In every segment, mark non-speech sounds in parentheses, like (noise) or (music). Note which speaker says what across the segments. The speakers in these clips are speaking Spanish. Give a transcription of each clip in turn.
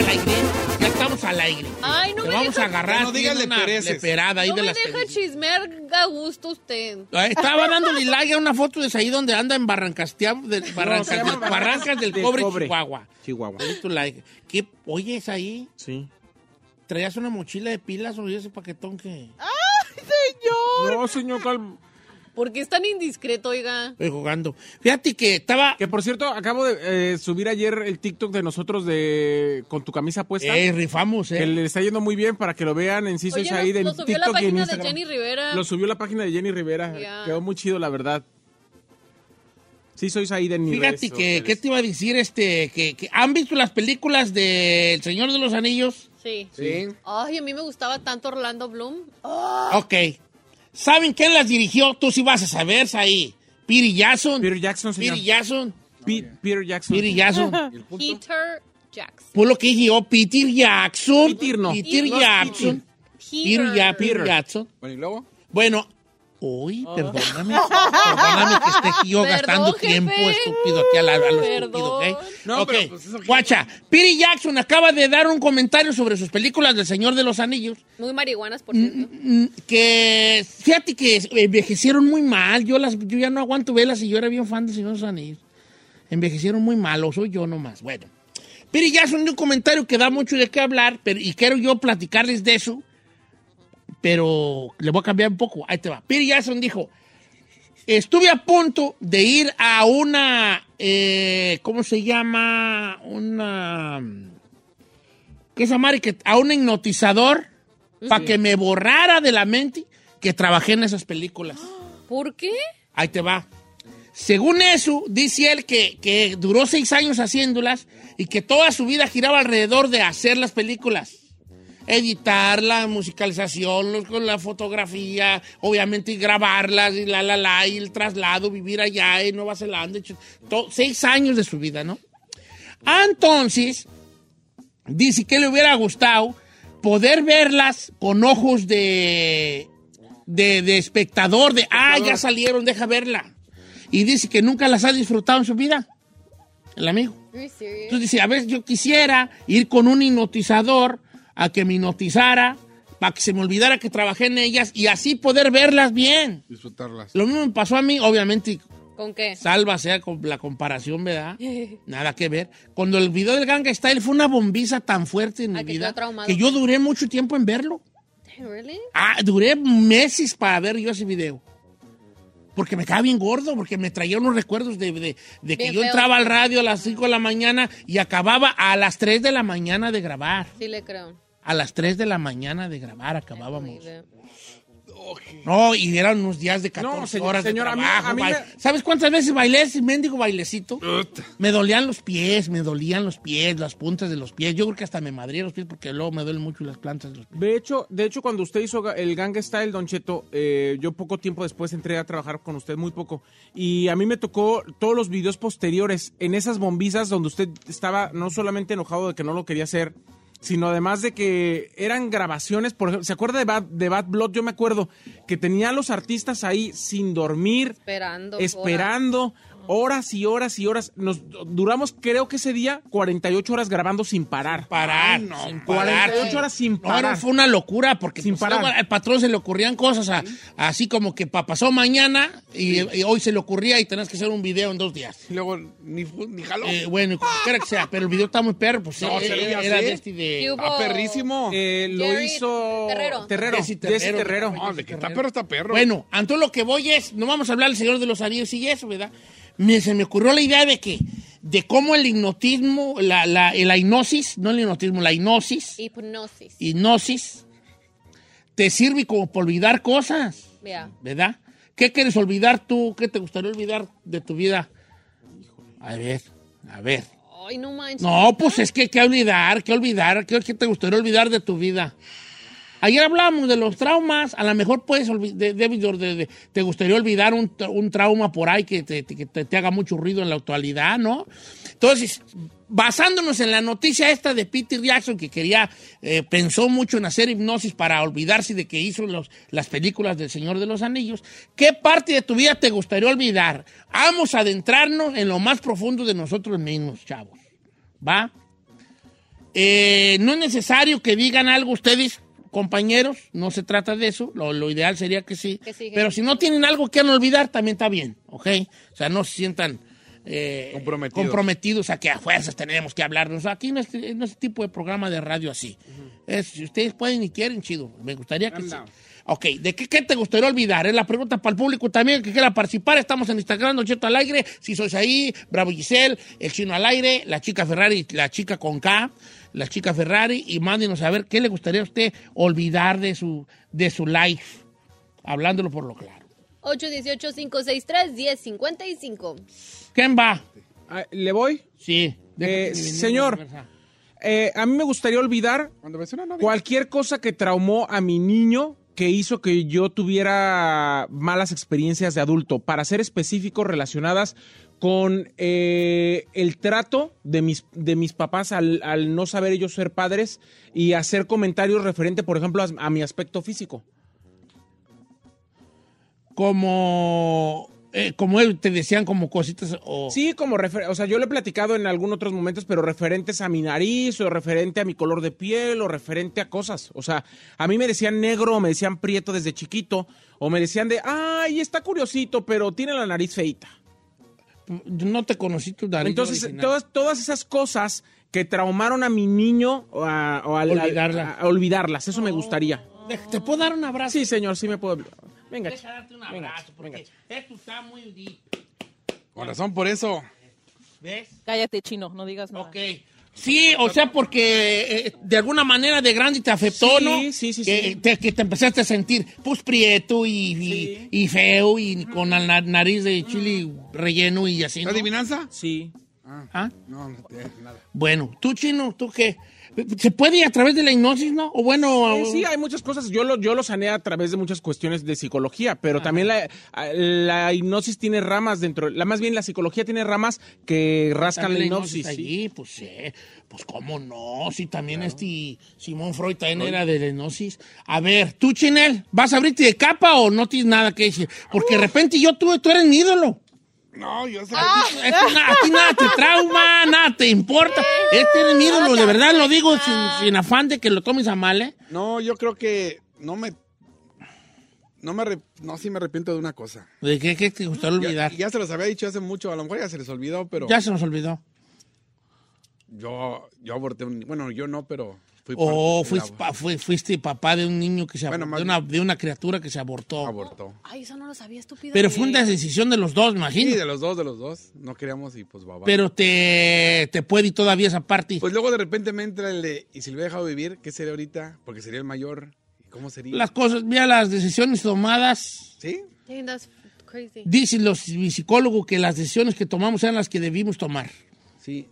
Speaker 1: al aire. Ya estamos al aire.
Speaker 2: Ay, no
Speaker 1: Te
Speaker 2: me
Speaker 1: vamos
Speaker 2: deja,
Speaker 1: a agarrar.
Speaker 3: No, no digas
Speaker 1: tiene una
Speaker 3: lepereces.
Speaker 1: leperada ahí
Speaker 2: no
Speaker 1: de
Speaker 2: me
Speaker 1: las
Speaker 2: deja
Speaker 1: televisiones.
Speaker 2: chismear a gusto usted.
Speaker 1: Ah, Estaba dándole like a una foto de ahí donde anda en Barrancastiam, del- Barrancas,
Speaker 3: se llama
Speaker 1: del- Barrancas del
Speaker 3: del
Speaker 1: Cobre,
Speaker 3: Cobre.
Speaker 1: Chihuahua.
Speaker 3: Chihuahua.
Speaker 1: Ahí tu like. ¿Qué? Oye, es ahí.
Speaker 3: Sí.
Speaker 1: ¿Traías una mochila de pilas o ese paquetón que.?
Speaker 3: No, señor Calm.
Speaker 2: ¿Por qué es tan indiscreto, oiga?
Speaker 1: Estoy jugando. Fíjate que estaba.
Speaker 3: Que por cierto, acabo de eh, subir ayer el TikTok de nosotros de con tu camisa puesta.
Speaker 1: Eh, rifamos,
Speaker 3: Que
Speaker 1: eh.
Speaker 3: le está yendo muy bien para que lo vean en Sí Soy
Speaker 2: Oye,
Speaker 3: Said
Speaker 2: lo,
Speaker 3: en
Speaker 2: lo subió a la
Speaker 3: TikTok y en
Speaker 2: página de
Speaker 3: Instagram.
Speaker 2: Jenny Rivera.
Speaker 3: Lo subió a la página de Jenny Rivera.
Speaker 2: Ya.
Speaker 3: Quedó muy chido, la verdad. Sí Soy Said en mi
Speaker 1: Fíjate que, ¿qué te iba a decir? Este, que, que- ¿Han visto las películas de El Señor de los Anillos?
Speaker 2: Sí.
Speaker 1: Sí.
Speaker 2: Ay, a mí me gustaba tanto Orlando Bloom.
Speaker 1: Ok. ¿Saben quién las dirigió? Tú sí vas a saber, ahí. Piri Jackson.
Speaker 3: Peter Jackson, señor.
Speaker 1: Piri Jackson.
Speaker 3: Pe- Peter Jackson.
Speaker 1: Peter Jackson.
Speaker 2: (laughs) Peter Jackson.
Speaker 1: Fue lo que dije yo, Peter Jackson.
Speaker 3: Peter no.
Speaker 1: Peter
Speaker 2: No,
Speaker 1: Jackson. Peter, Ja- Peter
Speaker 3: Peter.
Speaker 1: Jackson.
Speaker 3: Bueno, ¿y luego?
Speaker 1: Bueno, uy,
Speaker 2: (laughs)
Speaker 1: perdóname. Perdóname que esté aquí yo
Speaker 2: Oh. Perdón,
Speaker 1: gastando
Speaker 2: jefe.
Speaker 1: tiempo estúpido aquí a, la, a lo estúpido,
Speaker 2: Perdón.
Speaker 1: ¿ok?
Speaker 3: No,
Speaker 1: Ok,
Speaker 3: pero, pues, eso que-
Speaker 1: Guacha, Peter Jackson acaba de dar un comentario sobre sus películas del Señor de los Anillos.
Speaker 2: Muy marihuanas, por cierto.
Speaker 1: Mm, que fíjate que eh, envejecieron muy mal. Yo las yo ya no aguanto velas y yo era bien fan de Señor de los Anillos. Envejecieron muy mal, o soy yo nomás. Bueno. Pero ya son un comentario que da mucho de qué hablar, pero, y quiero yo platicarles de eso, pero le voy a cambiar un poco. Ahí te va. Piri Jackson dijo, estuve a punto de ir a una, eh, ¿cómo se llama? Una, ¿qué es esa madre que- A un hipnotizador para que me borrara de la mente que trabajé en esas películas.
Speaker 2: ¿Por qué?
Speaker 1: Ahí te va. Según eso, dice él que, que duró seis años haciéndolas y que toda su vida giraba alrededor de hacer las películas. Editar la musicalización, los- con la fotografía, obviamente y grabarlas, y la, la, la, y el traslado, vivir allá en Nueva Zelanda. y ch- to- seis años de su vida, ¿no? Ah, Entonces, dice que le hubiera gustado poder verlas con ojos de, de, de espectador, de, ah, ya salieron, deja verla. Y dice que nunca las ha disfrutado en su vida, el amigo.
Speaker 2: Are you serious?
Speaker 1: Entonces dice, a ver, yo quisiera ir con un hipnotizador a que me hipnotizara para que se me olvidara que trabajé en ellas y así poder verlas bien.
Speaker 4: Disfrutarlas.
Speaker 1: Lo mismo me pasó a mí, obviamente,
Speaker 2: ¿Con qué?
Speaker 1: salva sea con la comparación, ¿verdad? Nada que ver. Cuando el video del Ganga Style fue una bombiza tan fuerte en mi
Speaker 2: Ay, que
Speaker 1: vida
Speaker 2: quedó traumado.
Speaker 1: que yo duré mucho tiempo en verlo.
Speaker 2: (laughs) ¿Really?
Speaker 1: Ah, duré meses para ver yo ese video. Porque me estaba bien gordo, porque me traía unos recuerdos de, de- de que
Speaker 2: Bien
Speaker 1: yo
Speaker 2: feo.
Speaker 1: entraba al radio a las 5 de la mañana y acababa a las 3 de la mañana de grabar.
Speaker 2: Sí le creo.
Speaker 1: A las 3 de la mañana de grabar acabábamos.
Speaker 2: Idea.
Speaker 1: No, y eran unos días de 14
Speaker 3: No, señor-
Speaker 1: horas de
Speaker 3: señor, a mí-
Speaker 1: trabajo.
Speaker 3: a mí
Speaker 1: ba-
Speaker 3: me-
Speaker 1: ¿Sabes cuántas veces bailé ese mendigo bailecito? Me dolían los pies, me dolían los pies, las puntas de los pies. Yo creo que hasta me madría los pies porque luego me duelen mucho las plantas de los pies.
Speaker 3: De hecho, de hecho, cuando usted hizo ga- el Gang Style, Don Cheto, eh, yo poco tiempo después entré a trabajar con usted, muy poco. Y a mí me tocó todos los videos posteriores en esas bombizas donde usted estaba no solamente enojado de que no lo quería hacer, sino además de que eran grabaciones. Por ejemplo, ¿se acuerda de Bad, de Bad Blood? Yo me acuerdo que tenía a los artistas ahí sin dormir,
Speaker 2: Esperando.
Speaker 3: esperando. Horas y horas y horas. Nos duramos, creo que ese día, 48 horas grabando sin parar.
Speaker 1: parar,
Speaker 3: Ay, no,
Speaker 1: sin parar.
Speaker 3: 48 horas sin
Speaker 1: No,
Speaker 3: parar.
Speaker 1: no, fue una locura porque
Speaker 3: Sin
Speaker 1: pues,
Speaker 3: parar.
Speaker 1: luego al patrón se le ocurrían cosas a- así como que pa- pasó mañana y, y hoy se le ocurría y tenés que hacer un video en dos días.
Speaker 4: Y luego ni, fu- ni jaló.
Speaker 1: Eh, bueno, como quiera que sea, pero el video está muy perro, pues
Speaker 4: No,
Speaker 1: eh,
Speaker 4: se lo iba
Speaker 1: era,
Speaker 4: a
Speaker 1: era
Speaker 4: hacer.
Speaker 1: de este de-
Speaker 2: ¿Qué hubo?
Speaker 4: Ah, perrísimo.
Speaker 3: Eh, lo
Speaker 2: Jerry
Speaker 3: hizo
Speaker 2: Terrero.
Speaker 1: Jesse
Speaker 3: Jesse
Speaker 1: Terrero.
Speaker 3: Terrero. Ah,
Speaker 4: No, de que está perro, está perro.
Speaker 1: Bueno, antes lo que voy es, no vamos a hablar del Señor de los Anillos y eso, ¿verdad? Me- se me ocurrió la idea de que, de cómo el hipnotismo, la, la, la hipnosis, no el hipnotismo, la hipnosis,
Speaker 2: Hipnosis.
Speaker 1: hipnosis, te sirve como para olvidar cosas,
Speaker 2: Vea.
Speaker 1: ¿verdad? ¿Qué quieres olvidar tú? ¿Qué te gustaría olvidar de tu vida? A ver, a ver.
Speaker 2: Ay, no manches.
Speaker 1: No, pues es que hay que olvidar, que olvidar, que, que te gustaría olvidar de tu vida. Ayer hablábamos de los traumas, a lo mejor puedes olvi- de- de- de- de- te gustaría olvidar un, tra- un trauma por ahí que, te, te- que te- te haga mucho ruido en la actualidad, ¿no? Entonces, basándonos en la noticia esta de Peter Jackson, que quería, eh, pensó mucho en hacer hipnosis para olvidarse de que hizo los- las películas del Señor de los Anillos, ¿qué parte de tu vida te gustaría olvidar? Vamos a adentrarnos en lo más profundo de nosotros mismos, chavos. ¿va? Eh, no es necesario que digan algo ustedes, compañeros, no se trata de eso, lo, lo ideal sería que sí.
Speaker 2: Que sí, que
Speaker 1: Pero
Speaker 2: sí.
Speaker 1: si no tienen algo que han olvidar, también está bien, ¿ok? O sea, no se sientan eh,
Speaker 4: Comprometidos.
Speaker 1: comprometidos a que a fuerzas tenemos que hablarnos. Aquí no es, no es este tipo de programa de radio así. Es, si ustedes pueden y quieren, chido, me gustaría que sí.
Speaker 3: Anda.
Speaker 1: Ok, ¿de qué, qué te gustaría olvidar? Es la pregunta para el público también que quiera participar. Estamos en Instagram, Don Cheto al aire. Si sois ahí, Bravo Giselle, El Chino al aire, La Chica Ferrari, La Chica con K, La Chica Ferrari. Y mándenos a ver qué le gustaría a usted olvidar de su, de su life. Hablándolo por lo claro.
Speaker 2: 818-563-1055.
Speaker 1: ¿Quién va?
Speaker 3: Ah, ¿Le voy?
Speaker 1: Sí. déjate
Speaker 3: Eh,
Speaker 1: que viene
Speaker 3: señor.
Speaker 1: una conversa.
Speaker 3: Eh, a mí me gustaría olvidar
Speaker 4: Cuando ves una novia.
Speaker 3: cualquier cosa que traumó a mi niño que hizo que yo tuviera malas experiencias de adulto, para ser específicos relacionadas con eh, el trato de mis, de mis papás al, al no saber ellos ser padres y hacer comentarios referente, por ejemplo, a, a mi aspecto físico.
Speaker 1: Como, eh, como él, te decían como cositas o...
Speaker 3: Sí, como refer- o sea, yo lo he platicado en algunos otros momentos, pero referentes a mi nariz, o referente a mi color de piel, o referente a cosas. O sea, a mí me decían negro, o me decían prieto desde chiquito, o me decían de, ay, está curiosito, pero tiene la nariz feita.
Speaker 1: No te conocí tu nariz
Speaker 3: Entonces,
Speaker 1: original.
Speaker 3: todas, todas esas cosas que traumaron a mi niño, o a, o al-
Speaker 1: Olvidarlas.
Speaker 3: a- a olvidarlas, eso me gustaría.
Speaker 1: Deja- ¿Te puedo dar un abrazo?
Speaker 3: Sí, señor, sí me puedo. Venga.
Speaker 1: Deja darte un abrazo, porque esto está muy deep.
Speaker 4: Con razón por eso.
Speaker 1: ¿Ves?
Speaker 5: Cállate, chino, no digas nada.
Speaker 1: Ok. Sí, o sea, porque eh, de alguna manera de grande te afectó,
Speaker 3: Sí,
Speaker 1: ¿no?
Speaker 3: sí, sí,
Speaker 1: Que
Speaker 3: sí.
Speaker 1: te, que te empezaste a sentir, pues, prieto y, y-
Speaker 3: Sí.
Speaker 1: y feo y con la na- nariz de chile relleno y así, ¿no?
Speaker 4: ¿Adivinanza?
Speaker 3: Sí.
Speaker 1: ¿Ah?
Speaker 4: No, no te- nada.
Speaker 1: Bueno, tú, Chino, ¿tú qué? ¿Se puede ir a través de la hipnosis, no? O bueno...
Speaker 3: Eh, sí, hay muchas cosas. Yo lo, yo lo sané a través de muchas cuestiones de psicología, pero también la, la hipnosis tiene ramas dentro. La, más bien, la psicología tiene ramas que rascan
Speaker 1: También
Speaker 3: la
Speaker 1: la
Speaker 3: hipnosis.
Speaker 1: hipnosis
Speaker 3: sí.
Speaker 1: allí, pues, eh, pues cómo no, si también este Simón Freud también era de la hipnosis. A ver, tú, Chinel, ¿vas a abrirte de capa o no tienes nada que decir? Porque de repente yo, tú, tú eres mi ídolo.
Speaker 4: No, yo sé.
Speaker 3: Ah.
Speaker 2: Ah.
Speaker 1: Esto na- a ti nada te
Speaker 3: (laughs)
Speaker 1: trauma, nada te importa. Este eres mi
Speaker 3: Ah,
Speaker 1: ídolo, de verdad lo digo sin, sin afán de que lo tomes a mal, ¿eh?
Speaker 4: No, yo creo que no me. No me. arrep- No, sí me arrepiento de una cosa.
Speaker 1: ¿De qué, qué te gustaría
Speaker 4: Ya,
Speaker 1: olvidar?
Speaker 4: ya se los había dicho hace mucho, a lo mejor ya se les olvidó, pero
Speaker 1: Ya se nos olvidó.
Speaker 4: yo, yo aborté un. Bueno, yo no, pero fui
Speaker 1: O
Speaker 4: parte de la-
Speaker 1: Oh, fuiste, pa- fui- fuiste papá de un niño que se
Speaker 4: Bueno,
Speaker 1: abortó,
Speaker 4: más
Speaker 1: de una, de una criatura que se abortó.
Speaker 4: abortó.
Speaker 2: Ay, eso no lo sabía, estúpido.
Speaker 1: Pero fue una decisión de los dos, me
Speaker 4: Sí,
Speaker 1: imagino.
Speaker 4: de los dos, de los dos. No queríamos y pues va, va.
Speaker 1: Pero te, te puede y todavía esa parte.
Speaker 4: Pues luego de repente me entra el de. ¿Y si lo hubiera dejado vivir? ¿Qué sería ahorita? Porque sería el mayor. ¿Cómo sería?
Speaker 1: Las cosas, mira, las decisiones tomadas.
Speaker 4: ¿Sí?
Speaker 2: Dang, that's crazy.
Speaker 1: Dicen los psicólogos que las decisiones que tomamos eran las que debimos tomar.
Speaker 4: Sí.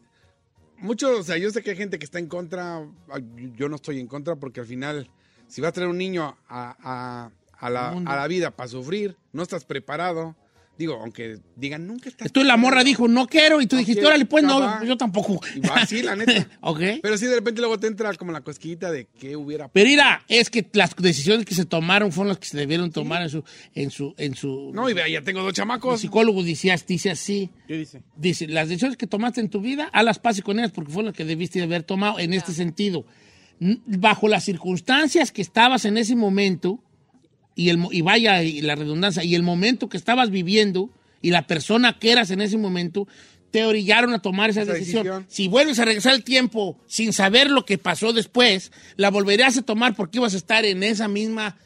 Speaker 4: Muchos, o sea, yo sé que hay gente que está en contra. ah, Yo no estoy en contra porque al final, si vas a traer un niño a, a- a la,
Speaker 1: Al mundo.
Speaker 4: a la vida para sufrir, no estás preparado. Digo, aunque digan, nunca está.
Speaker 1: Tú la morra dijo, no quiero, y tú
Speaker 4: No
Speaker 1: dijiste,
Speaker 4: quiero,
Speaker 1: órale, pues no,
Speaker 4: papá.
Speaker 1: yo tampoco.
Speaker 4: Y va, sí, la neta.
Speaker 1: (laughs) ok.
Speaker 4: Pero sí, de repente luego te entra como la cosquillita de que hubiera.
Speaker 1: Pero mira, es que las decisiones que se tomaron fueron las que se debieron tomar en su, en su, en su.
Speaker 4: No, y vea, ya tengo dos
Speaker 1: el
Speaker 4: chamacos.
Speaker 1: psicólogo decía, dice así.
Speaker 3: ¿Qué dice?
Speaker 1: Dice, las decisiones que tomaste en tu vida, haz las paces con ellas porque fue lo que debiste haber tomado en este sentido. N- Bajo las circunstancias que estabas en ese momento, y, el, mo- y vaya y la redundancia, y el momento que estabas viviendo, y la persona que eras en ese momento, te orillaron a tomar esa,
Speaker 4: Esa
Speaker 1: decisión.
Speaker 4: decisión.
Speaker 1: Si vuelves a regresar el tiempo sin saber lo que pasó después, la volverías a tomar porque ibas a estar en esa misma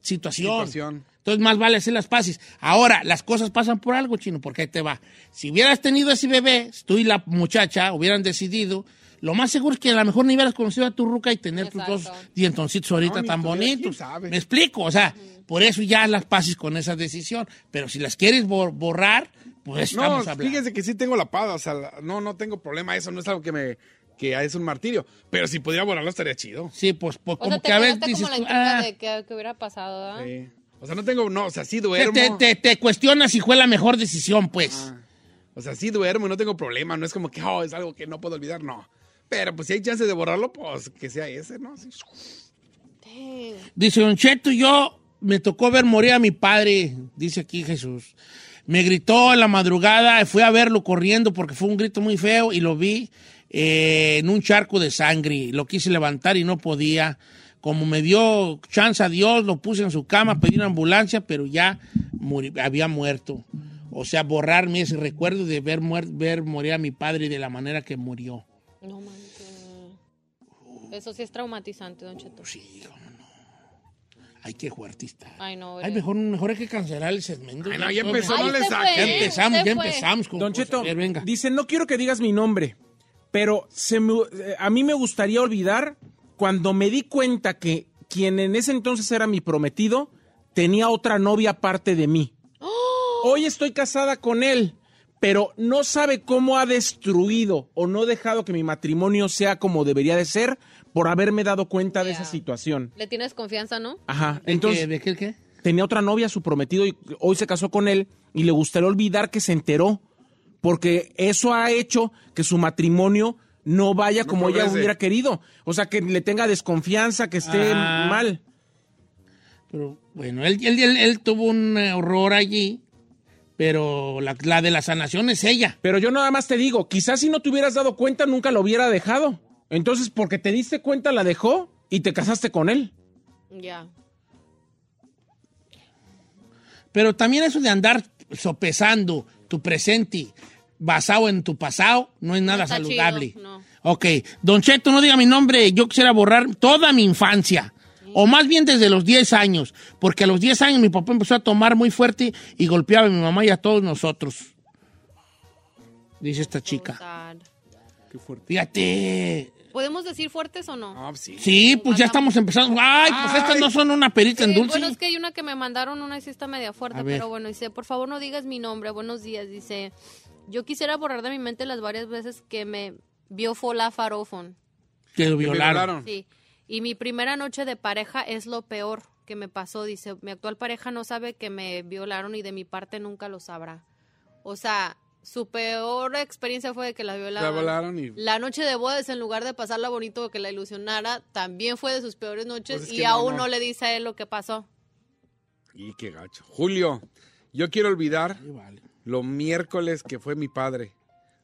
Speaker 1: situación.
Speaker 4: Situación.
Speaker 1: Entonces más vale hacer las paces. Ahora, las cosas pasan por algo, chino, porque ahí te va. Si hubieras tenido ese bebé, tú y la muchacha hubieran decidido, lo más seguro es que a lo mejor ni hubieras conocido a tu ruca y tener tus dos
Speaker 2: Exacto.
Speaker 1: dientoncitos ahorita
Speaker 4: No, ni
Speaker 1: tan
Speaker 4: tuviera-
Speaker 1: bonitos.
Speaker 4: quién sabe.
Speaker 1: Me explico, o sea, por eso ya las paces con esa decisión. Pero si las quieres bor- borrar, pues
Speaker 4: No,
Speaker 1: estamos hablando.
Speaker 4: fíjense que sí tengo la paz. O sea, la- no, no tengo problema. Eso no es algo que me. que es un martirio. Pero si pudiera volarlo estaría chido.
Speaker 1: Sí, pues, pues,
Speaker 2: O sea,
Speaker 1: como
Speaker 2: te
Speaker 1: que a veces
Speaker 2: quedaste
Speaker 1: dices,
Speaker 2: como la
Speaker 1: tú,
Speaker 2: intriga
Speaker 1: ah,
Speaker 2: de que, que hubiera pasado, ¿verdad?
Speaker 4: Sí. O sea, no tengo. No, o sea, sí
Speaker 1: te,
Speaker 4: duermo.
Speaker 1: te, te- te cuestionas si fue la mejor decisión, pues.
Speaker 4: O sea, sí duermo y no tengo problema. No es como que, oh, es algo que no puedo olvidar. No. Pero pues si hay chance de borrarlo, pues que sea ese, ¿no? Sí.
Speaker 1: Dice Don Cheto, yo me tocó ver morir a mi padre, dice aquí Jesús. Me gritó en la madrugada, fui a verlo corriendo porque fue un grito muy feo y lo vi eh, en un charco de sangre. Lo quise levantar y no podía. Como me dio chance a Dios, lo puse en su cama, pedí una ambulancia, pero ya muri- había muerto. O sea, borrarme ese recuerdo de ver, muer- ver morir a mi padre de la manera que murió.
Speaker 2: No manches. Eso sí es traumatizante, Don Cheto.
Speaker 1: Pues Sí, cómo no. Ay, qué fuertista.
Speaker 2: Ay, no, eh.
Speaker 1: Ay,
Speaker 2: Ore.
Speaker 1: mejor, mejor hay que cancelar el segmento.
Speaker 4: Ay, no, ya
Speaker 1: Todo
Speaker 4: empezó,
Speaker 1: bien.
Speaker 2: Ahí
Speaker 4: no le
Speaker 2: se fue.
Speaker 1: Ya
Speaker 4: saquen.
Speaker 2: Eh,
Speaker 1: empezamos,
Speaker 2: se
Speaker 1: ya
Speaker 2: fue.
Speaker 1: empezamos con
Speaker 3: Don
Speaker 1: cosas.
Speaker 3: Cheto,
Speaker 1: Pues, A ver, venga.
Speaker 3: dice, no quiero que digas mi nombre, pero se me- eh, a mí me gustaría olvidar cuando me di cuenta que quien en ese entonces era mi prometido tenía otra novia aparte de mí. Hoy estoy casada con él, pero no sabe cómo ha destruido o no dejado que mi matrimonio sea como debería de ser por haberme dado cuenta de
Speaker 2: Ya.
Speaker 3: esa situación.
Speaker 2: Le tienes confianza, ¿no?
Speaker 3: Ajá,
Speaker 1: Entonces,
Speaker 3: entonces
Speaker 1: ¿De qué, qué?
Speaker 3: tenía otra novia, su prometido, y hoy se casó con él, y le gustaría olvidar que se enteró, porque eso ha hecho que su matrimonio no vaya
Speaker 4: No
Speaker 3: como ella
Speaker 4: progrese.
Speaker 3: hubiera querido. O sea, que le tenga desconfianza, que esté
Speaker 1: Ah.
Speaker 3: mal.
Speaker 1: Pero bueno, él, él, él- él tuvo un eh, horror allí, pero la, la de la sanación es ella.
Speaker 3: Pero yo nada más te digo, quizás si no te hubieras dado cuenta, nunca lo hubiera dejado. Entonces, porque te diste cuenta, la dejó y te casaste con él.
Speaker 2: Ya.
Speaker 1: Pero también eso de andar sopesando tu presente basado en tu pasado no es nada
Speaker 2: está
Speaker 1: saludable.
Speaker 2: chido, no.
Speaker 1: Ok, Don Cheto, no diga mi nombre, yo quisiera borrar toda mi infancia. O más bien desde los 10 años, porque a los 10 años mi papá empezó a tomar muy fuerte y golpeaba a mi mamá y a todos nosotros. Dice esta chica.
Speaker 2: Total.
Speaker 1: Fíjate.
Speaker 2: ¿Podemos decir fuertes o no?
Speaker 4: Ah, pues, sí.
Speaker 1: Sí, pues ya estamos empezando. Ay, pues estas no son una perita en
Speaker 2: Sí,
Speaker 1: dulce.
Speaker 2: Bueno, es que hay una que me mandaron, una sí está media
Speaker 1: A
Speaker 2: fuerte,
Speaker 1: ver.
Speaker 2: pero bueno, dice, por favor no digas mi nombre, buenos días, dice, yo quisiera borrar de mi mente las varias veces que me vio Fola Farofón,
Speaker 1: Que lo
Speaker 4: Que me
Speaker 1: violaron.
Speaker 4: violaron.
Speaker 2: sí, y mi primera noche de pareja es lo peor que me pasó, dice, mi actual pareja no sabe que me violaron y de mi parte nunca lo sabrá, o sea, su peor experiencia fue de que la
Speaker 4: La
Speaker 2: violaron.
Speaker 4: volaron y.
Speaker 2: La noche de bodas, en lugar de pasarla bonito o que la ilusionara, también fue de sus peores noches
Speaker 4: Pues es
Speaker 2: y
Speaker 4: que no,
Speaker 2: aún
Speaker 4: no.
Speaker 2: no le dice a él lo que pasó.
Speaker 4: Y qué gacho. Julio, yo quiero olvidar lo miércoles que fue mi padre.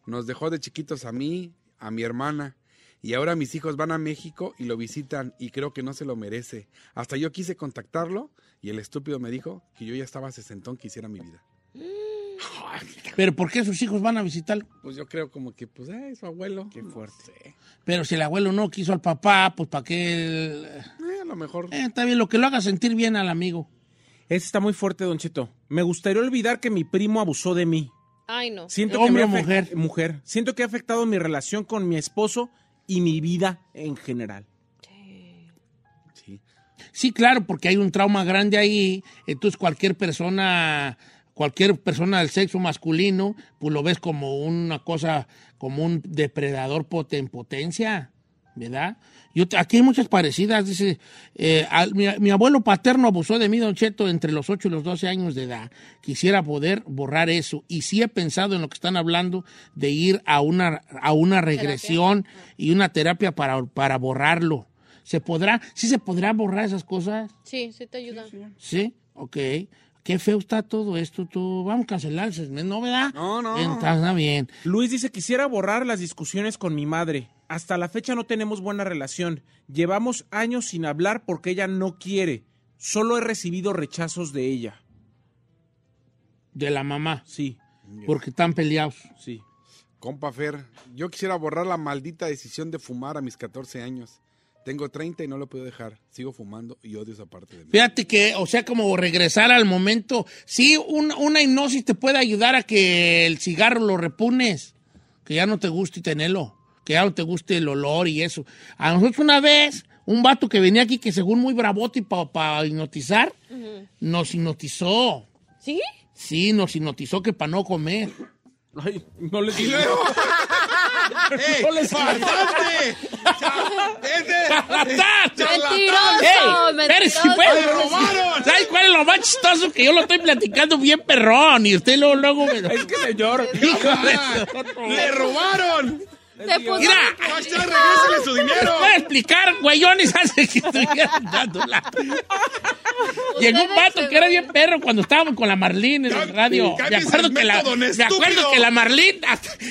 Speaker 4: Nos dejó de chiquitos a mí, a mi hermana. Y ahora mis hijos van a México y lo visitan y creo que no se lo merece. Hasta yo quise contactarlo y el estúpido me dijo que yo ya estaba sesentón que hiciera mi vida.
Speaker 1: Pero ¿por qué sus hijos van a visitarlo?
Speaker 4: Pues yo creo como que, pues, eh, su abuelo. Qué fuerte.
Speaker 1: Pero si el abuelo no quiso al papá, pues para qué... él-
Speaker 4: Mm, a lo mejor.
Speaker 1: Eh, está bien, lo que lo haga sentir bien al amigo.
Speaker 3: Ese está muy fuerte, Don Cheto. Me gustaría olvidar que mi primo abusó de mí.
Speaker 2: Ay, no.
Speaker 3: Siento
Speaker 1: Hombre
Speaker 3: que me
Speaker 1: o
Speaker 3: ha afect-
Speaker 1: mujer.
Speaker 3: Mujer. Siento que ha afectado mi relación con mi esposo y mi vida en general.
Speaker 4: Sí.
Speaker 1: Sí, claro, porque hay un trauma grande ahí. Entonces cualquier persona, cualquier persona del sexo masculino, pues lo ves como una cosa, como un depredador pot- en potencia. ¿verdad? Yo, te- aquí hay muchas parecidas. Dice, eh, al- mi, mi abuelo paterno abusó de mí, Don Cheto, entre los 8 y los 12 años de edad. Quisiera poder borrar eso. Y sí he pensado en lo que están hablando de ir a una, a una regresión y una terapia para, para borrarlo. ¿Se podrá? ¿Sí se podrá borrar esas cosas?
Speaker 2: Sí, sí te ayuda.
Speaker 1: Sí, ok. Qué feo está todo esto, tú. Vamos a cancelar el segmento, ¿no, verdad?
Speaker 4: No, no.
Speaker 1: Está bien.
Speaker 3: Luis dice, quisiera borrar las discusiones con mi madre. Hasta la fecha no tenemos buena relación. Llevamos años sin hablar porque ella no quiere. Solo he recibido rechazos de ella.
Speaker 1: De la mamá,
Speaker 3: Sí,
Speaker 1: porque están peleados.
Speaker 3: sí.
Speaker 4: Compa Fer, yo quisiera borrar la maldita decisión de fumar a mis 14 años. Tengo 30 y no lo puedo dejar. Sigo fumando y odio esa parte de mí.
Speaker 1: Fíjate que, o sea, como regresar al momento. Sí, un- una hipnosis te puede ayudar a que el cigarro lo repunes, que ya no te guste tenerlo, que ya no te guste el olor y eso. A nosotros una vez, un vato que venía aquí que según muy bravote para hipnotizar, nos hipnotizó.
Speaker 2: ¿Sí?
Speaker 1: Sí, nos hipnotizó que para no comer.
Speaker 3: Ay, no le
Speaker 4: ¡Ey!
Speaker 1: (laughs)
Speaker 3: No les-
Speaker 4: ¡Faltaste! Cha- ¡Ese!
Speaker 1: ¡Charlatán!
Speaker 2: ¡Mentiroso!
Speaker 1: ¡Ey! ¡Eres
Speaker 2: ¡Mentiroso!
Speaker 1: pues!
Speaker 4: ¡Me robaron!
Speaker 1: ¿Sabes cuál es lo más chistoso? Que yo lo estoy platicando bien perrón y usted luego, luego me...
Speaker 3: Es que
Speaker 1: (laughs)
Speaker 3: señor.
Speaker 1: Hijo de su-
Speaker 4: ¡Le robaron!
Speaker 2: Te puso
Speaker 1: Mira.
Speaker 4: ¡Hashtag regrésele su
Speaker 1: ¿Me
Speaker 4: dinero!
Speaker 1: voy a explicar, güeyones, hace que estuvieran dándola. Llegó un vato que era bien perro cuando estábamos con la Marlene en el
Speaker 4: Cam-
Speaker 1: radio. Me
Speaker 4: cambies
Speaker 1: acuerdo,
Speaker 4: el
Speaker 1: que la,
Speaker 4: método,
Speaker 1: me
Speaker 4: estúpido.
Speaker 1: acuerdo que la Marlene,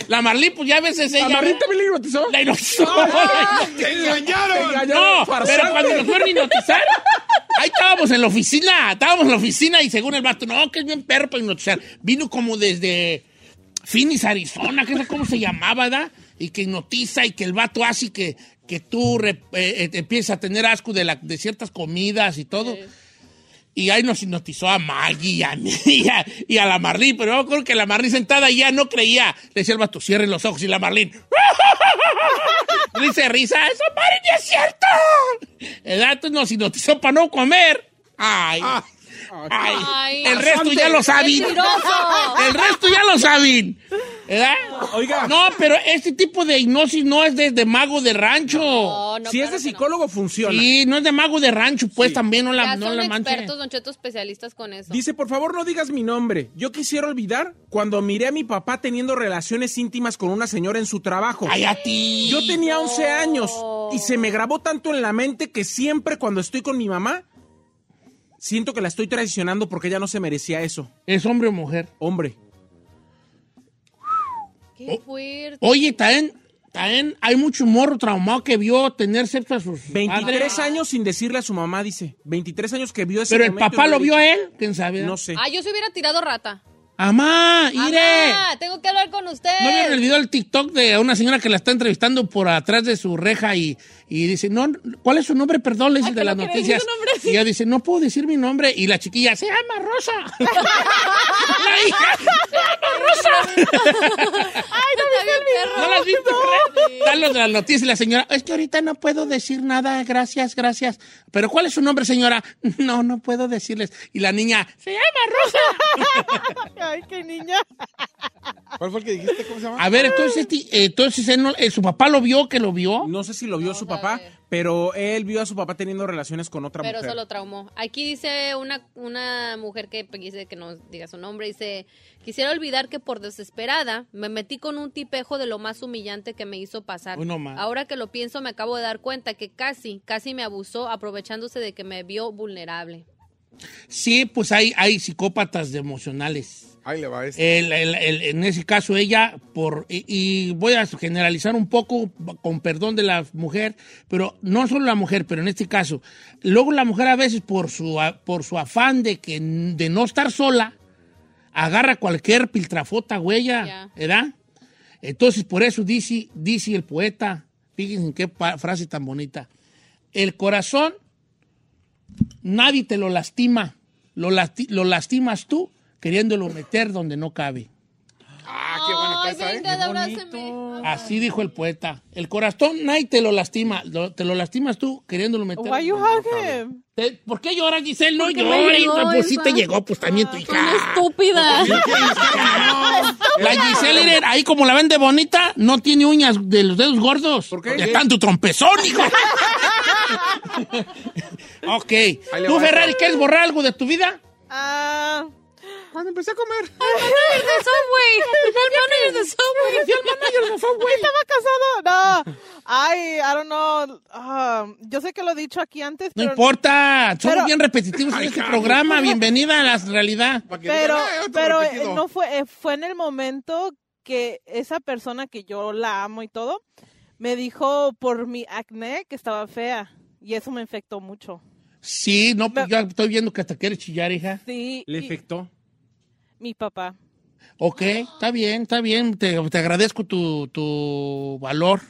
Speaker 1: la Marlene, pues ya a veces ella.
Speaker 3: ¿A Marlene también le hipnotizó?
Speaker 1: La hipnotizó.
Speaker 4: ¡Te engañaron!
Speaker 1: No, pero
Speaker 3: farsante.
Speaker 1: cuando nos fueron a hipnotizar, ahí estábamos en la oficina, estábamos en la oficina y según el vato, no, que es bien perro para hipnotizar. Vino como desde Phoenix, Arizona, que no sé cómo se llamaba, ¿da? Y que hipnotiza y que el vato hace que, que tú re- eh, eh, empiezas a tener asco de, la- de ciertas comidas y todo. Y ahí nos hipnotizó a Maggie y a mí (laughs) y a, y a la Marlene. Pero yo creo que la Marlene sentada ya no creía. Le decía el vato, cierren los ojos y la Marlene. (laughs) Dice risa, eso paren, ya es cierto. El dato nos hipnotizó para no comer. Ay. Ay.
Speaker 2: Ay.
Speaker 1: El resto ya lo saben.
Speaker 2: Mentiroso.
Speaker 1: El resto ya lo saben. ¿Verdad?
Speaker 3: Oiga.
Speaker 1: No, pero este tipo de hipnosis no es desde mago de rancho.
Speaker 2: No, no,
Speaker 3: si
Speaker 2: claro
Speaker 3: es de
Speaker 2: que no.
Speaker 3: psicólogo, funciona.
Speaker 1: Sí, no es de mago de rancho, pues también no la,
Speaker 2: Ya
Speaker 1: no
Speaker 2: son
Speaker 1: la manche.
Speaker 2: expertos, Don Cheto, especialistas con eso.
Speaker 3: Dice, por favor, no digas mi nombre. Yo quisiera olvidar cuando miré a mi papá teniendo relaciones íntimas con una señora en su trabajo.
Speaker 1: Ay, a ti.
Speaker 3: Yo tenía 11 años y se me grabó tanto en la mente que siempre cuando estoy con mi mamá, siento que la estoy traicionando porque ella no se merecía eso.
Speaker 1: ¿Es hombre o mujer?
Speaker 3: Hombre.
Speaker 2: Qué fuerte.
Speaker 1: Oye, también, también hay mucho morro traumado que vio tener sexo a sus
Speaker 3: 23
Speaker 1: padres.
Speaker 3: años sin decirle a su mamá, dice. 23 años que vio ese
Speaker 1: Pero el
Speaker 3: momento y
Speaker 1: papá
Speaker 3: no
Speaker 1: lo
Speaker 3: le
Speaker 1: vio a
Speaker 3: dijo.
Speaker 1: él, quién sabe.
Speaker 3: No sé.
Speaker 2: Ah, yo se hubiera tirado rata.
Speaker 1: Amá, ire.
Speaker 2: Mamá, tengo que hablar con usted.
Speaker 1: ¿No vieron el video del TikTok de una señora que la está entrevistando por atrás de su reja y, y dice, no, ¿cuál es su nombre? Perdón, le dice
Speaker 2: Ay,
Speaker 1: de
Speaker 2: que
Speaker 1: las
Speaker 2: no quiere decir
Speaker 1: noticias.
Speaker 2: su nombre, sí.
Speaker 1: Y ella dice, no puedo decir mi nombre. Y la chiquilla, se llama Rosa. (laughs) la hija, se llama Rosa.
Speaker 2: Ay, no viste el video.
Speaker 1: ¿No la has visto? Dan los de las noticias y la señora, es que ahorita no puedo decir nada, gracias, gracias. Pero ¿cuál es su nombre, señora? (laughs) No, no puedo decirles. Y la niña, se llama Rosa.
Speaker 4: ¿Cuál fue el que dijiste? ¿Cómo se llama?
Speaker 1: A ver, entonces, ti- entonces él no- eh, su papá lo vio, que lo vio.
Speaker 3: No sé si lo vio su papá,
Speaker 2: ver.
Speaker 3: pero él vio a su papá teniendo relaciones con otra
Speaker 2: Pero
Speaker 3: mujer.
Speaker 2: eso lo traumó. Aquí dice una, una mujer que dice que no diga su nombre, dice, quisiera olvidar que por desesperada me metí con un tipejo de lo más humillante que me hizo pasar.
Speaker 1: Uy, no más.
Speaker 2: Ahora que lo pienso me acabo de dar cuenta que casi, casi me abusó aprovechándose de que me vio vulnerable.
Speaker 1: Sí, pues hay, hay psicópatas de emocionales.
Speaker 4: Ahí le va este.
Speaker 1: El- el- el- en ese caso, ella, por y, y voy a generalizar un poco, con perdón de la mujer, pero no solo la mujer, pero en este caso, luego la mujer a veces por su, a- por su afán de, que, de no estar sola, agarra cualquier piltrafota, huella,
Speaker 2: Ya.
Speaker 1: ¿verdad? Entonces, por eso dice, dice el poeta, fíjense en qué pa- frase tan bonita, el corazón nadie te lo lastima, lo, lasti- lo lastimas tú queriéndolo meter donde no cabe.
Speaker 4: ¡Ah, qué bueno!
Speaker 2: Ay,
Speaker 4: casa, ¿eh?
Speaker 2: venga, abrázame.
Speaker 1: Así dijo el poeta. El corazón nadie te lo lastima. Lo- te lo lastimas tú queriéndolo meter.
Speaker 5: Why you hug him?
Speaker 1: Te- ¿Por qué llora, Giselle? No
Speaker 2: Porque me
Speaker 1: llores.
Speaker 2: llegó,
Speaker 1: no, pues sí
Speaker 2: Iván.
Speaker 1: te llegó, pues también tu
Speaker 2: Soy una
Speaker 1: hija.
Speaker 2: estúpida. (laughs)
Speaker 1: La Giselle, miren, ahí como la vende bonita, no tiene uñas de los dedos gordos.
Speaker 4: ¿Por qué?
Speaker 1: Porque está en tu trompezón,
Speaker 2: (laughs)
Speaker 1: hijo. ok.
Speaker 4: le
Speaker 1: ¿Tú,
Speaker 4: va
Speaker 1: Ferrari, quieres borrar algo de tu vida?
Speaker 5: Ah,
Speaker 4: Cuando empecé a comer.
Speaker 2: manager de Subway. El manager de Subway.
Speaker 5: estaba casado. No. Ay, I don't know. Ah, yo sé que lo he dicho aquí antes,
Speaker 1: No
Speaker 5: pero
Speaker 1: importa. Somos
Speaker 5: pero-
Speaker 1: bien repetitivos en este programa. Bienvenida a la realidad.
Speaker 4: Para que
Speaker 5: pero,
Speaker 4: digan, "Ah, otro
Speaker 5: pero eh,
Speaker 4: repetido".
Speaker 5: no fue, eh, fue en el momento que esa persona que yo la amo y todo, me dijo por mi acné que estaba fea y eso me infectó mucho.
Speaker 1: Sí, no, pues yo estoy viendo que hasta quieres chillar, hija.
Speaker 5: Sí,
Speaker 3: Le
Speaker 5: y-
Speaker 3: afectó.
Speaker 5: mi papá.
Speaker 1: Ok, está bien, está bien. Te, te agradezco tu, tu valor.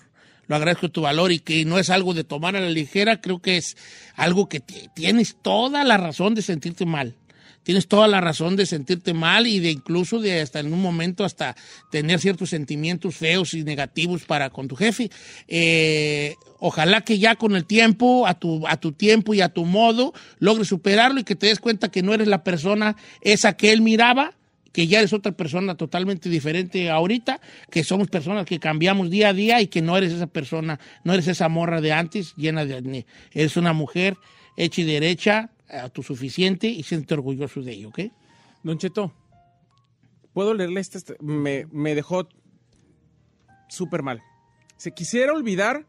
Speaker 1: Lo agradezco tu valor y que no es algo de tomar a la ligera. Creo que es algo que ti- tienes toda la razón de sentirte mal. Tienes toda la razón de sentirte mal y de incluso de hasta en un momento hasta tener ciertos sentimientos feos y negativos para con tu jefe. Eh, ojalá que ya con el tiempo, a tu, a tu tiempo y a tu modo, logres superarlo y que te des cuenta que no eres la persona esa que él miraba, que ya eres otra persona totalmente diferente ahorita, que somos personas que cambiamos día a día y que no eres esa persona, no eres esa morra de antes llena de acné. Eres una mujer hecha y derecha, eh, autosuficiente y siente orgulloso de ello, ¿ok?
Speaker 3: Don Cheto, ¿puedo leerle este? este? Me, me dejó súper mal. Se quisiera olvidar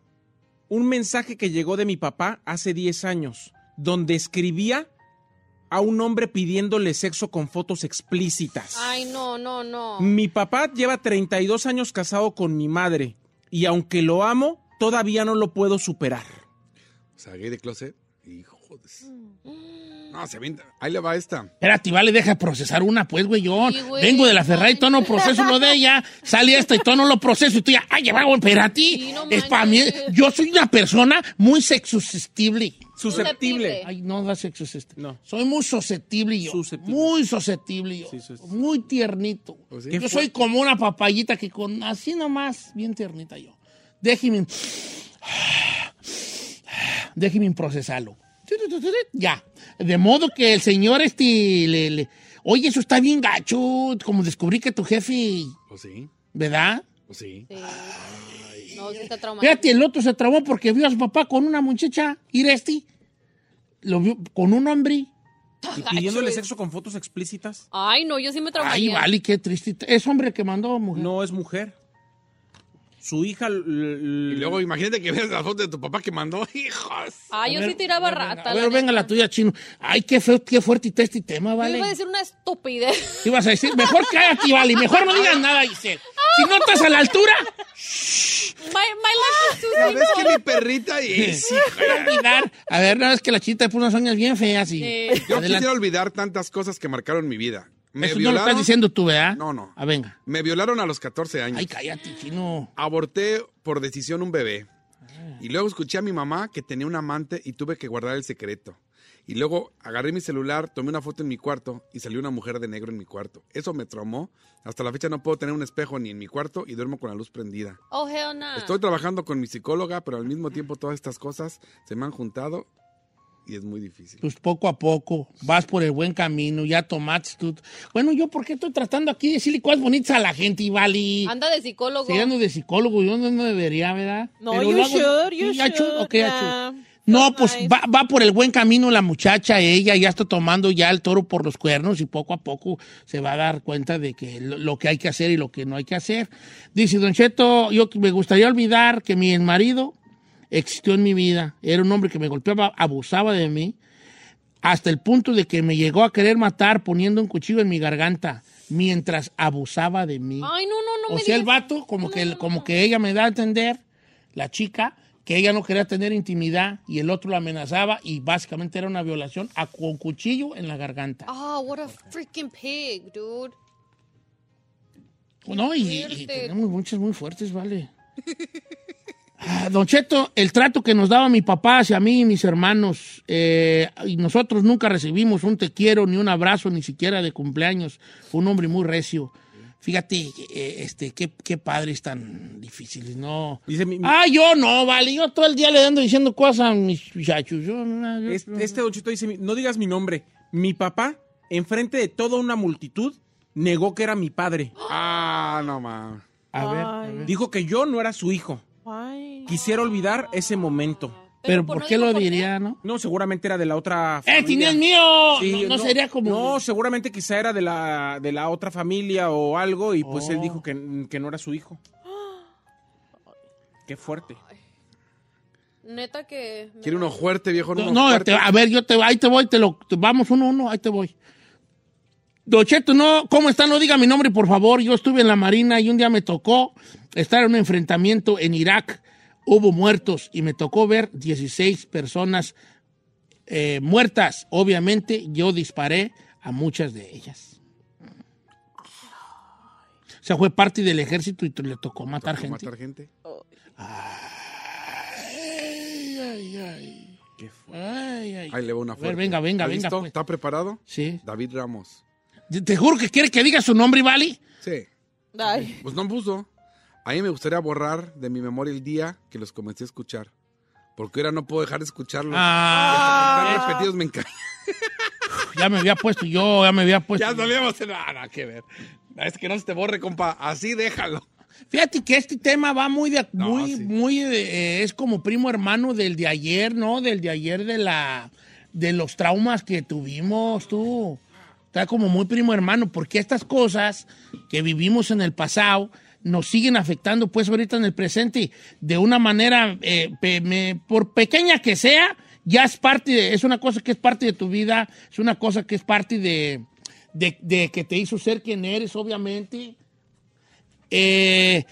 Speaker 3: un mensaje que llegó de mi papá hace 10 años, donde escribía a un hombre pidiéndole sexo con fotos explícitas.
Speaker 2: Ay, no, no, Ah, no.
Speaker 1: Mm.
Speaker 3: Mi papá lleva 32 años casado con mi madre, y aunque lo amo, todavía no lo puedo superar.
Speaker 4: O sea, gay de closet. Hijo de... su- No, se avienta. Ahí le va esta.
Speaker 1: Espérate, vale, deja procesar una, pues, güey, yo
Speaker 2: Sí, güey.
Speaker 1: vengo de la Ferrari, y todo no proceso lo de ella, sale esta y todo no lo proceso y tú ya, ay, llevado, espérate,
Speaker 2: Sí, no
Speaker 1: es para mí,
Speaker 2: manches.
Speaker 1: yo soy una persona muy sexusistible.
Speaker 2: Susceptible.
Speaker 3: Susceptible.
Speaker 1: Ay, no, da sexo es este.
Speaker 3: No.
Speaker 1: Soy muy susceptible yo.
Speaker 3: Susceptible.
Speaker 1: Muy susceptible yo.
Speaker 3: Sí, susceptible.
Speaker 1: Muy tiernito.
Speaker 4: Pues sí.
Speaker 1: Yo soy como una papayita que con así nomás, bien tiernita yo. Déjeme. Déjeme procesarlo. Ya. De modo que el señor este le, le- Oye, eso está bien gacho. Como descubrí que tu jefe,
Speaker 4: Pues sí,
Speaker 1: ¿verdad?
Speaker 4: pues sí.
Speaker 2: Sí. No, sí está traumático.
Speaker 1: Fíjate, el otro se trabó porque vio a su papá con una muchacha, ir este. Lo vio con un hombre.
Speaker 3: Y pidiéndole sexo con fotos explícitas.
Speaker 2: Ay, no, yo sí me
Speaker 1: Ay,
Speaker 2: traumaría.
Speaker 1: vale, qué triste. Es hombre que mandó mujer.
Speaker 3: No es mujer. Su hija. l- l-
Speaker 4: Y luego imagínate que veas la foto de tu papá que mandó. (laughs) Hijos.
Speaker 2: Ay, yo
Speaker 1: A ver,
Speaker 2: sí tiraba
Speaker 1: venga,
Speaker 2: rata.
Speaker 1: A ver, venga la tuya, chino. Ay, qué feo, qué fuerte está este tema,
Speaker 2: Yo
Speaker 1: vale.
Speaker 2: iba a decir una estupidez. (laughs)
Speaker 1: ¿Qué ibas a decir? Mejor cállate, vale. Mejor no digas nada, Giselle. Si no estás a la
Speaker 4: (laughs)
Speaker 1: altura,
Speaker 2: My, my life is too
Speaker 4: ¿Sabes
Speaker 2: simple.
Speaker 4: que mi perrita
Speaker 1: (laughs)
Speaker 4: es?
Speaker 1: sí, para olvidar. A ver, no, es que la chinita puso unas uñas bien feas y.
Speaker 2: Eh,
Speaker 4: Yo
Speaker 1: Adelante.
Speaker 4: quisiera olvidar tantas cosas que marcaron mi vida. Me
Speaker 1: Eso no lo
Speaker 4: violaron.
Speaker 1: estás diciendo tú, ¿verdad?
Speaker 4: No, no.
Speaker 1: Ah, venga.
Speaker 4: Me violaron a los 14 años.
Speaker 1: Ay, cállate, chino.
Speaker 4: Aborté por decisión un bebé. Y luego escuché a mi mamá que tenía un amante y tuve que guardar el secreto. Y luego agarré mi celular, tomé una foto en mi cuarto y salió una mujer de negro en mi cuarto. Eso me traumó. Hasta la fecha no puedo tener un espejo ni en mi cuarto y duermo con la luz prendida.
Speaker 2: Oh, hell nah.
Speaker 4: Estoy trabajando con mi psicóloga, pero al mismo tiempo todas estas cosas se me han juntado y es muy difícil.
Speaker 1: Pues poco a poco, vas por el buen camino, ya tomaste tú. Bueno, yo, ¿por qué estoy tratando aquí de decirle cosas bonitas a la gente, y vale?
Speaker 2: Anda de psicólogo.
Speaker 1: Estoy de psicólogo, yo no, no debería, ¿verdad?
Speaker 5: No,
Speaker 1: Pero
Speaker 5: you
Speaker 1: lo hago-
Speaker 5: should, you
Speaker 1: Sí, I should,
Speaker 5: should,
Speaker 1: ok, I
Speaker 5: nah.
Speaker 1: should. No,
Speaker 5: That's
Speaker 1: pues
Speaker 5: nice.
Speaker 1: va, va por el buen camino la muchacha, ella ya está tomando ya el toro por los cuernos y poco a poco se va a dar cuenta de que lo, lo que hay que hacer y lo que no hay que hacer. Dice Don Cheto, yo que- me gustaría olvidar que mi marido existió en mi vida. Era un hombre que me golpeaba, abusaba de mí, hasta el punto de que me llegó a querer matar poniendo un cuchillo en mi garganta mientras abusaba de mí.
Speaker 2: Ay, no, no, no
Speaker 1: O
Speaker 2: me
Speaker 1: sea, el
Speaker 2: digas.
Speaker 1: vato, como, que, como que ella me da a entender, la chica, que ella no quería tener intimidad y el otro la amenazaba y básicamente era una violación a, con cuchillo en la garganta.
Speaker 2: Oh, what a freaking pig, dude.
Speaker 1: no, y, y
Speaker 2: fuerte.
Speaker 1: tenemos muchas muy fuertes, vale. (laughs) Ah, Don Cheto, el trato que nos daba mi papá hacia mí y mis hermanos, eh, y nosotros nunca recibimos un te quiero, ni un abrazo, ni siquiera de cumpleaños. Fue un hombre muy recio. Fíjate, eh, este, qué, qué padres tan difíciles, no.
Speaker 3: Dice, mi- mi-
Speaker 1: Ah, yo no, vale, yo todo el día le ando diciendo cosas a mis muchachos. Yo, no, yo-
Speaker 3: es- este Don Cheto dice, mi- no digas mi nombre. Mi papá, enfrente de toda una multitud, negó que era mi padre.
Speaker 4: Ah, no mames.
Speaker 1: a ver, a
Speaker 5: Ay.
Speaker 1: ver.
Speaker 3: Dijo que yo no era su hijo.
Speaker 5: Ay.
Speaker 3: Quisiera olvidar ese momento.
Speaker 1: Pero ¿por
Speaker 2: no
Speaker 1: qué
Speaker 2: dijo
Speaker 1: lo
Speaker 2: por
Speaker 1: diría, no?
Speaker 3: No, seguramente era de la otra
Speaker 1: ¡Eh,
Speaker 3: familia.
Speaker 1: Tini es mío!
Speaker 3: Sí,
Speaker 1: no, no sería como.
Speaker 3: No, seguramente quizá era de la, de la otra familia o algo y pues él
Speaker 1: Oh.
Speaker 3: dijo que, que no era su hijo. Qué fuerte.
Speaker 2: Neta que... me-
Speaker 4: Quiere uno fuerte, viejo.
Speaker 1: No,
Speaker 4: uno
Speaker 1: no,
Speaker 4: fuerte.
Speaker 1: te- a ver, yo te, ahí te voy, te lo, te- vamos uno a uno, ahí te voy. Docheto, no, ¿cómo está? No diga mi nombre, por favor. Yo estuve en la Marina y un día me tocó estar en un enfrentamiento en Irak. Hubo muertos y me tocó ver 16 personas eh, muertas. Obviamente, yo disparé a muchas de ellas. O sea, fue parte del ejército y te- le tocó matar
Speaker 4: ¿Cómo
Speaker 1: gente.
Speaker 4: matar gente?
Speaker 1: Ay, ay, ay.
Speaker 3: Qué fuerte.
Speaker 1: Ay, ay.
Speaker 4: Ahí le va una
Speaker 1: A ver,
Speaker 4: fuerte.
Speaker 1: venga, venga,
Speaker 4: ¿Está
Speaker 1: venga,
Speaker 4: listo?
Speaker 1: pues.
Speaker 4: ¿Está preparado?
Speaker 1: Sí.
Speaker 4: David Ramos.
Speaker 1: Te- Te juro que quiere que diga su nombre, ¿vale?
Speaker 4: Sí.
Speaker 5: Ay.
Speaker 4: Pues no puso. A mí me gustaría borrar de mi memoria el día que los comencé a escuchar. Porque ahora no puedo dejar de escucharlos.
Speaker 1: Ah.
Speaker 4: Están repetidos, me encanta.
Speaker 1: ya me había puesto yo, (laughs) ya me había puesto.
Speaker 4: Ya
Speaker 1: yo.
Speaker 4: (laughs) salíamos en... Ah, nada que ver. Es que no se te borre, compa. Así déjalo.
Speaker 1: Fíjate que este tema va muy, de,
Speaker 4: No,
Speaker 1: muy,
Speaker 4: sí.
Speaker 1: muy, eh, es como primo hermano del de ayer, ¿no? Del de ayer de la, de los traumas que tuvimos, tú. Está como muy primo hermano, porque estas cosas que vivimos en el pasado nos siguen afectando, pues, ahorita en el presente, de una manera, eh, pe- me- por pequeña que sea, ya es parte, de- es una cosa que es parte de tu vida, es una cosa que es parte de, de, de que te hizo ser quien eres, obviamente. Eh,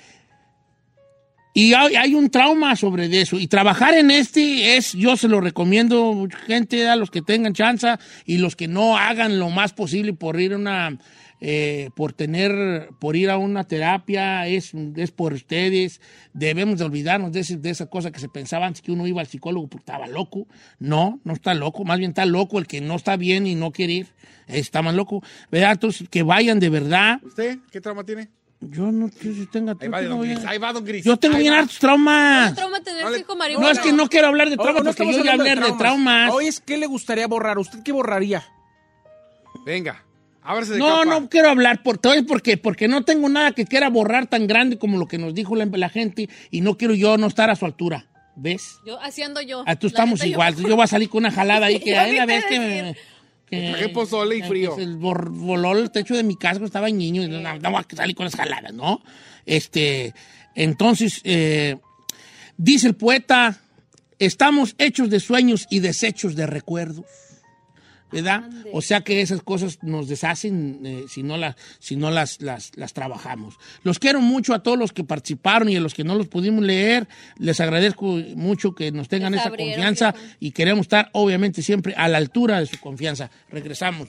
Speaker 1: y hay, hay un trauma sobre de eso. Y trabajar en este es, yo se lo recomiendo, gente, a los que tengan chance y los que no hagan lo más posible por ir a una, eh, por tener, por ir a una terapia, es, es por ustedes. Debemos de olvidarnos de, ese- de esa cosa que se pensaba antes que uno iba al psicólogo porque estaba loco. No, no está loco, más bien está loco el que no está bien y no quiere ir. Está más loco. ¿Verdad? Entonces, que vayan de verdad.
Speaker 4: ¿Usted qué trauma tiene?
Speaker 1: Yo no quiero si tenga
Speaker 4: Ahí va,
Speaker 1: yo
Speaker 4: de
Speaker 1: tengo
Speaker 4: don
Speaker 1: bien-
Speaker 4: Gris. Ahí va, don Gris.
Speaker 1: Yo tengo
Speaker 4: Ahí
Speaker 1: bien
Speaker 4: va.
Speaker 1: hartos traumas.
Speaker 2: Trauma tener
Speaker 4: Dale.
Speaker 2: cinco maridos.
Speaker 1: No, es que no quiero hablar de traumas
Speaker 3: Ojo,
Speaker 1: porque
Speaker 3: Oh, estamos
Speaker 1: yo ya
Speaker 3: hablando
Speaker 1: hablé de traumas.
Speaker 3: Hoy es que le gustaría borrar. ¿Usted qué borraría?
Speaker 4: Venga. Ábrase de
Speaker 1: No,
Speaker 4: capa.
Speaker 1: no quiero hablar por todo, es porque, porque no tengo nada que quiera borrar tan grande como lo que nos dijo la, la gente y no quiero yo no estar a su altura. ¿Ves?
Speaker 2: Yo haciendo yo.
Speaker 1: Ah, tú
Speaker 2: La
Speaker 1: estamos
Speaker 2: neta, yo- (laughs)
Speaker 1: igual. Yo... voy a salir con una jalada ahí que
Speaker 2: Yo
Speaker 1: hay la
Speaker 2: quería
Speaker 1: vez que me.
Speaker 2: decir.
Speaker 1: que-
Speaker 4: Traje pozole y
Speaker 1: que
Speaker 4: frío.
Speaker 1: se pues, bor- voló el techo de mi casa, estaba niño. y No, no voy a salir con las jaladas, ¿no? Este. Entonces, eh, dice el poeta: estamos hechos de sueños y deshechos de recuerdos. ¿Verdad? O sea que esas cosas nos deshacen eh, si no, las, si no las, las, las trabajamos. Los quiero mucho a todos los que participaron y a los que no los pudimos leer. Les agradezco mucho que nos tengan
Speaker 2: Les
Speaker 1: esa
Speaker 2: abrieron,
Speaker 1: confianza
Speaker 2: viejo.
Speaker 1: y queremos estar obviamente siempre a la altura de su confianza. Regresamos.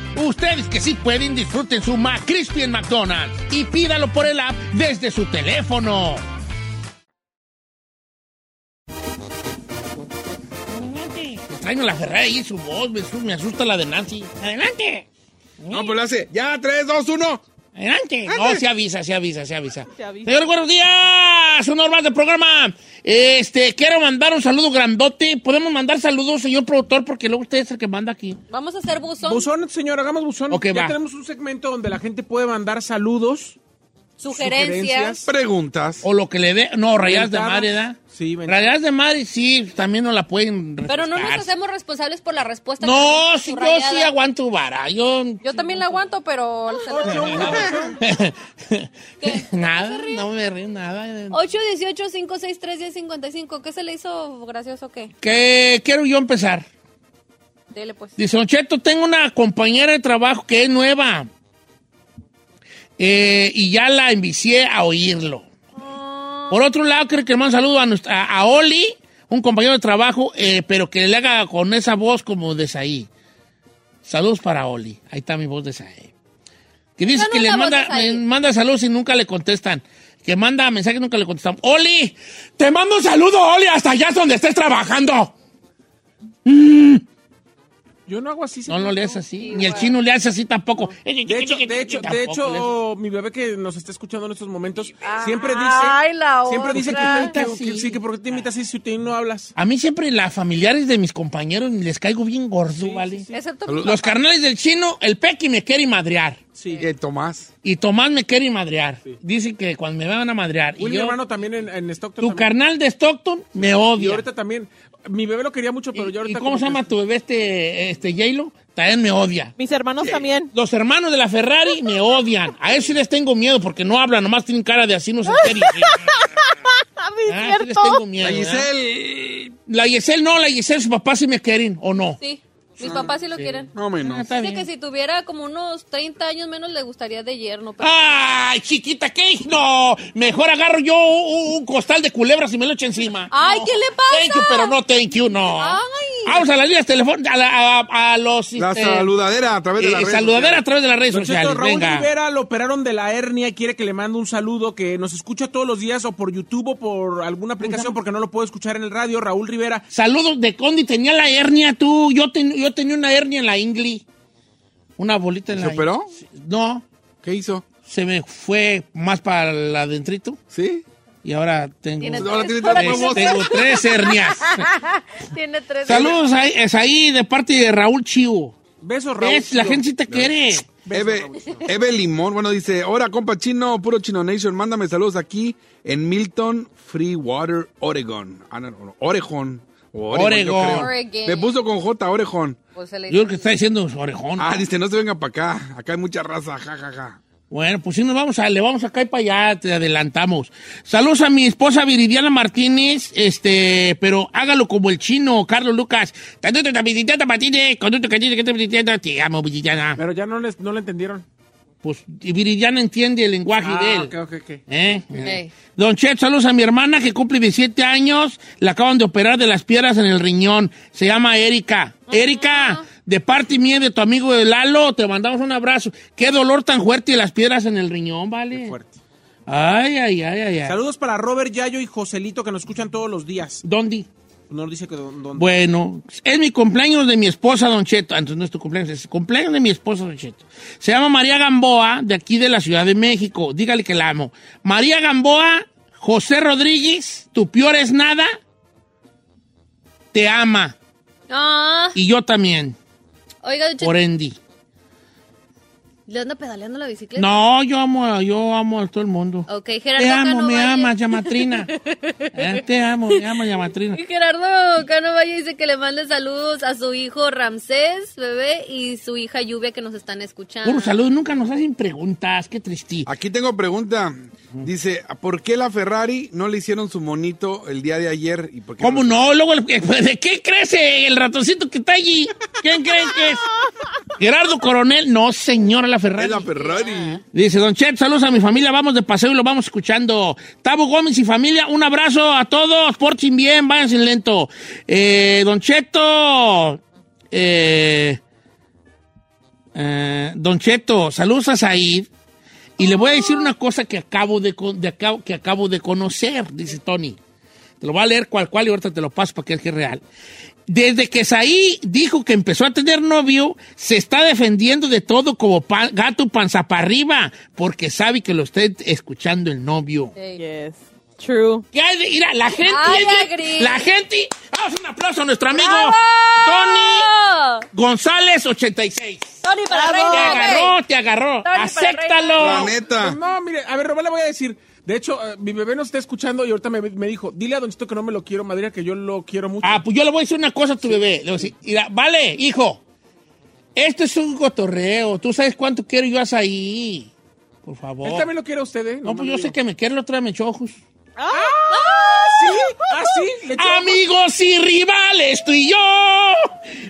Speaker 1: Ustedes que sí pueden, disfruten su McCrispy en McDonald's y pídalo por el app desde su teléfono. Adelante. Extraño la Ferrari y su voz, me asu- me asusta la de Nancy. ¡Adelante!
Speaker 4: No, pues lo hace. Ya, 3, 2, 1.
Speaker 1: Adelante. No, se avisa, se avisa, se avisa.
Speaker 5: Se avisa.
Speaker 1: Señor, buenos días. Un normal del programa. Este, quiero mandar un saludo grandote. Podemos mandar saludos, señor productor, porque luego usted es el que manda aquí.
Speaker 2: Vamos a hacer buzón.
Speaker 3: Buzón, señor, hagamos buzón.
Speaker 1: Ok,
Speaker 3: ya
Speaker 1: va.
Speaker 3: tenemos un segmento donde la gente puede mandar saludos.
Speaker 2: Sugerencias.
Speaker 4: Preguntas.
Speaker 1: O lo que le dé. No, rayadas de
Speaker 3: Ventadas.
Speaker 1: mar, ¿verdad?
Speaker 3: Sí, ventadas.
Speaker 1: Rayadas de mar, sí, también no la pueden.
Speaker 2: Pero no nos
Speaker 1: rechazar.
Speaker 2: hacemos responsables por la respuesta.
Speaker 1: Ah. No,
Speaker 2: que-
Speaker 1: sí,
Speaker 2: tu
Speaker 1: yo
Speaker 2: rayada.
Speaker 1: sí aguanto vara. Yo.
Speaker 2: (laughs)
Speaker 1: (laughs)
Speaker 2: Yo también la aguanto, pero...
Speaker 1: nada, no me río nada.
Speaker 2: 818-563-1055. ¿Qué se le hizo gracioso o qué?
Speaker 1: Que quiero yo empezar.
Speaker 2: Dele, pues.
Speaker 1: Dice, Don Cheto, tengo una compañera de trabajo que es nueva. Eh, y ya la envicié a oírlo.
Speaker 2: Oh.
Speaker 1: Por otro lado, quiero que le mando un saludo a, nuestra- a, a Oli, un compañero de trabajo, eh, pero que le haga con esa voz como de Saí. Saludos para Oli. Ahí está mi voz de Saí. Que dice
Speaker 2: No, no
Speaker 1: que
Speaker 2: es
Speaker 1: le
Speaker 2: la voz de
Speaker 1: manda,
Speaker 2: Saí.
Speaker 1: le manda saludos y nunca le contestan. Que manda mensajes y nunca le contestan. Oli, te mando un saludo, Oli, hasta allá donde estés trabajando.
Speaker 3: Yo no hago así.
Speaker 1: No,
Speaker 3: señor.
Speaker 1: no le hace así. Ni el chino le hace así tampoco.
Speaker 3: De hecho, de hecho, de hecho, mi bebé que nos está escuchando en estos momentos siempre dice,
Speaker 6: Ah, Ay, la
Speaker 3: siempre dice
Speaker 6: otra.
Speaker 3: que, que- que-
Speaker 1: Sí.
Speaker 3: sí, que por qué te imitas así si tú no hablas.
Speaker 1: A mí siempre las familiares de mis compañeros les caigo bien gordo, ¿vale?
Speaker 2: Excepto...
Speaker 1: Los carnales del chino, el Pequi me quiere madrear.
Speaker 3: Sí.
Speaker 4: Eh, Tomás.
Speaker 1: Y Tomás me quiere madrear. Dicen que cuando me van a madrear.
Speaker 3: Un
Speaker 1: y yo,
Speaker 3: hermano también en, en Stockton.
Speaker 1: tu
Speaker 3: también.
Speaker 1: carnal de Stockton me
Speaker 3: Y
Speaker 1: odia.
Speaker 3: ahorita también. Mi bebé lo quería mucho, pero
Speaker 1: ¿Y- ¿Y
Speaker 3: yo ahorita.
Speaker 1: cómo
Speaker 3: como
Speaker 1: se
Speaker 3: que-
Speaker 1: llama tu bebé este, este J-Lo? También me odia.
Speaker 5: Mis hermanos también.
Speaker 1: Los hermanos de la Ferrari me odian. A ellos sí les tengo miedo porque no hablan, nomás tienen cara de
Speaker 3: (laughs)
Speaker 1: así, no sé qué.
Speaker 5: Ah,
Speaker 1: Ah, sí les
Speaker 5: cierto.
Speaker 1: tengo miedo.
Speaker 4: La
Speaker 1: ¿verdad?
Speaker 4: Giselle.
Speaker 1: La Yesel no, la Yesel, su papá sí me quieren, ¿o no?
Speaker 2: Sí, mis papás sí lo quieren.
Speaker 4: No,
Speaker 1: Ah,
Speaker 4: menos.
Speaker 1: está
Speaker 2: Dice
Speaker 1: bien.
Speaker 2: que si tuviera como unos 30 años menos le gustaría de yerno. Pero...
Speaker 1: ¡Ay, chiquita, qué! No, mejor agarro yo un, un costal de culebras y me lo echo encima.
Speaker 2: Ay,
Speaker 1: No.
Speaker 2: ¿qué le pasa?
Speaker 1: Thank you, pero no thank you, no.
Speaker 2: Ay.
Speaker 1: Vamos a las líneas telefónicas, a, la- a- a los...
Speaker 4: La
Speaker 1: este,
Speaker 4: saludadera a través de
Speaker 1: eh,
Speaker 4: la red.
Speaker 1: saludadera a través de las redes
Speaker 3: Don Cheto,
Speaker 1: sociales,
Speaker 3: Raúl
Speaker 1: venga.
Speaker 3: Rivera lo operaron de la hernia y quiere que le mande un saludo que nos escucha todos los días o por YouTube o por alguna aplicación porque no lo puedo escuchar en el radio. Raúl Rivera.
Speaker 1: Saludos de Condi, tenía la hernia tú, yo, ten- yo tenía una hernia en la ingli. Una bolita en
Speaker 4: ¿Se
Speaker 1: la
Speaker 4: operó?
Speaker 1: No,
Speaker 4: ¿Qué hizo?
Speaker 1: se me fue más para la dentrito
Speaker 4: ¿Sí?
Speaker 1: y ahora tengo...
Speaker 2: Tienes-
Speaker 4: Ahora tiene
Speaker 2: Ahora
Speaker 4: tres
Speaker 1: tres-
Speaker 4: huevos.
Speaker 1: tengo tres hernias.
Speaker 6: Ah, Tiene tres.
Speaker 1: Saludos ahí, es ahí de parte de Raúl Chivo.
Speaker 3: Besos, Raúl.
Speaker 1: ¿Ves? La gente sí te quiere.
Speaker 4: Eve, Eve Limón, bueno, dice, hola compa chino, puro chino nation, mándame saludos aquí en Milton Free Water, Oregon. Ah, no, no, Oregon. o Oregon. yo
Speaker 1: Oregon.
Speaker 4: creo.
Speaker 2: Oregon.
Speaker 4: Me puso con J, Oregon.
Speaker 2: Pues se le
Speaker 1: Yo creo que está diciendo es orejón.
Speaker 4: Ah, dice, no se vengan para acá, acá hay mucha raza, ja, ja, ja.
Speaker 1: Bueno, pues sí, nos vamos a, le vamos acá y para allá, te adelantamos. Saludos a mi esposa Viridiana Martínez, este, pero hágalo como el chino, Carlos Lucas. Te amo, Viridiana.
Speaker 3: Pero ya no, les, no le entendieron.
Speaker 1: Pues y Viridiana entiende el lenguaje de él.
Speaker 3: ok, ok, ok.
Speaker 1: ¿Eh?
Speaker 2: Ey.
Speaker 1: Don Chet, saludos a mi hermana que cumple 17 años. La acaban de operar de las piedras en el riñón. Se llama Erika. Erika, de parte mía, de tu amigo Lalo, te mandamos un abrazo. Qué dolor tan fuerte de las piedras en el riñón, ¿vale?
Speaker 3: Fuerte.
Speaker 1: Ay, ay, ay, ay. ay.
Speaker 3: Saludos para Robert Yayo y Joselito que nos escuchan todos los días.
Speaker 1: ¿Dónde?
Speaker 3: No dice que don, don-
Speaker 1: Bueno, es mi cumpleaños de mi esposa, Don Cheto. Ah, Entonces no es tu cumpleaños, es el cumpleaños de mi esposa, Don Cheto. Se llama María Gamboa, de aquí de la Ciudad de México. Dígale que la amo. María Gamboa, José Rodríguez, tu peor es nada, te ama.
Speaker 2: Ah,
Speaker 1: Y yo también,
Speaker 2: oiga, Don Cheto,
Speaker 1: por Andy.
Speaker 2: ¿le anda pedaleando la bicicleta?
Speaker 1: No, yo amo, a- yo amo a todo el mundo.
Speaker 2: Ok, Gerardo
Speaker 1: Te amo,
Speaker 2: Cano
Speaker 1: me
Speaker 2: Valle.
Speaker 1: amas,
Speaker 2: (laughs)
Speaker 1: Yamatrina. Eh, Te amo, me amas, Yamatrina.
Speaker 2: Y Gerardo Cano Valle dice que le mande saludos a su hijo Ramsés, bebé, y su hija Lluvia que nos están escuchando.
Speaker 1: Puro salud, nunca nos hacen preguntas, qué tristí.
Speaker 4: Aquí tengo pregunta, dice, ¿por qué la Ferrari no le hicieron su monito el día de ayer? ¿Y por qué
Speaker 1: ¿Cómo no? Luego, el- ¿de qué crece el ratoncito que está allí? ¿Quién creen (laughs) que es? Gerardo Coronel. No, señora la
Speaker 4: Es
Speaker 1: Ferrari.
Speaker 4: la Ferrari.
Speaker 1: Dice, Don Chet, saludos a mi familia, vamos de paseo y lo vamos escuchando. Tabo Gómez y familia, un abrazo a todos, porchen bien, váyanse lento. Eh, don Cheto, eh, eh, Don Cheto, saludos a Said. Y le voy a decir una cosa que acabo de, con- de acabo- que acabo de conocer, dice Tony. Te lo voy a leer cual cual y ahorita te lo paso para que veas que es real. Desde que Saí dijo que empezó a tener novio, se está defendiendo de todo como pa- gato panza para arriba, porque sabe que lo está escuchando el novio.
Speaker 5: Yes. True.
Speaker 1: ¿Qué hay de- Mira, la gente.
Speaker 6: Ay,
Speaker 1: es bien-
Speaker 6: Agri.
Speaker 1: la gente. Vamos, un aplauso a nuestro amigo
Speaker 6: ¡Bravo!
Speaker 1: Tony González 86.
Speaker 6: Tony para
Speaker 1: Te
Speaker 6: reina, güey.
Speaker 1: agarró, te agarró.
Speaker 6: Tony,
Speaker 4: La
Speaker 1: Acéptalo.
Speaker 4: neta.
Speaker 3: Pues No, mire, a ver, Roba, le voy a decir. De hecho, eh, mi bebé nos está escuchando y ahorita me, me dijo, dile a Don Chito que no me lo quiero, Madrid, que yo lo quiero mucho.
Speaker 1: Ah, pues yo le voy a decir una cosa a tu bebé. Le voy a decir, mira, vale, hijo, esto es un cotorreo. Tú sabes cuánto quiero yo hasta ahí. Por favor.
Speaker 3: Él también lo quiere a usted, ¿eh?
Speaker 1: no, pues yo
Speaker 3: me
Speaker 1: sé
Speaker 3: diga.
Speaker 1: que me quiere el otro día me echó ojos.
Speaker 3: ¡Ah, sí! ¡Ah, sí! Le echó-
Speaker 1: Amigos y rivales, tú y yo.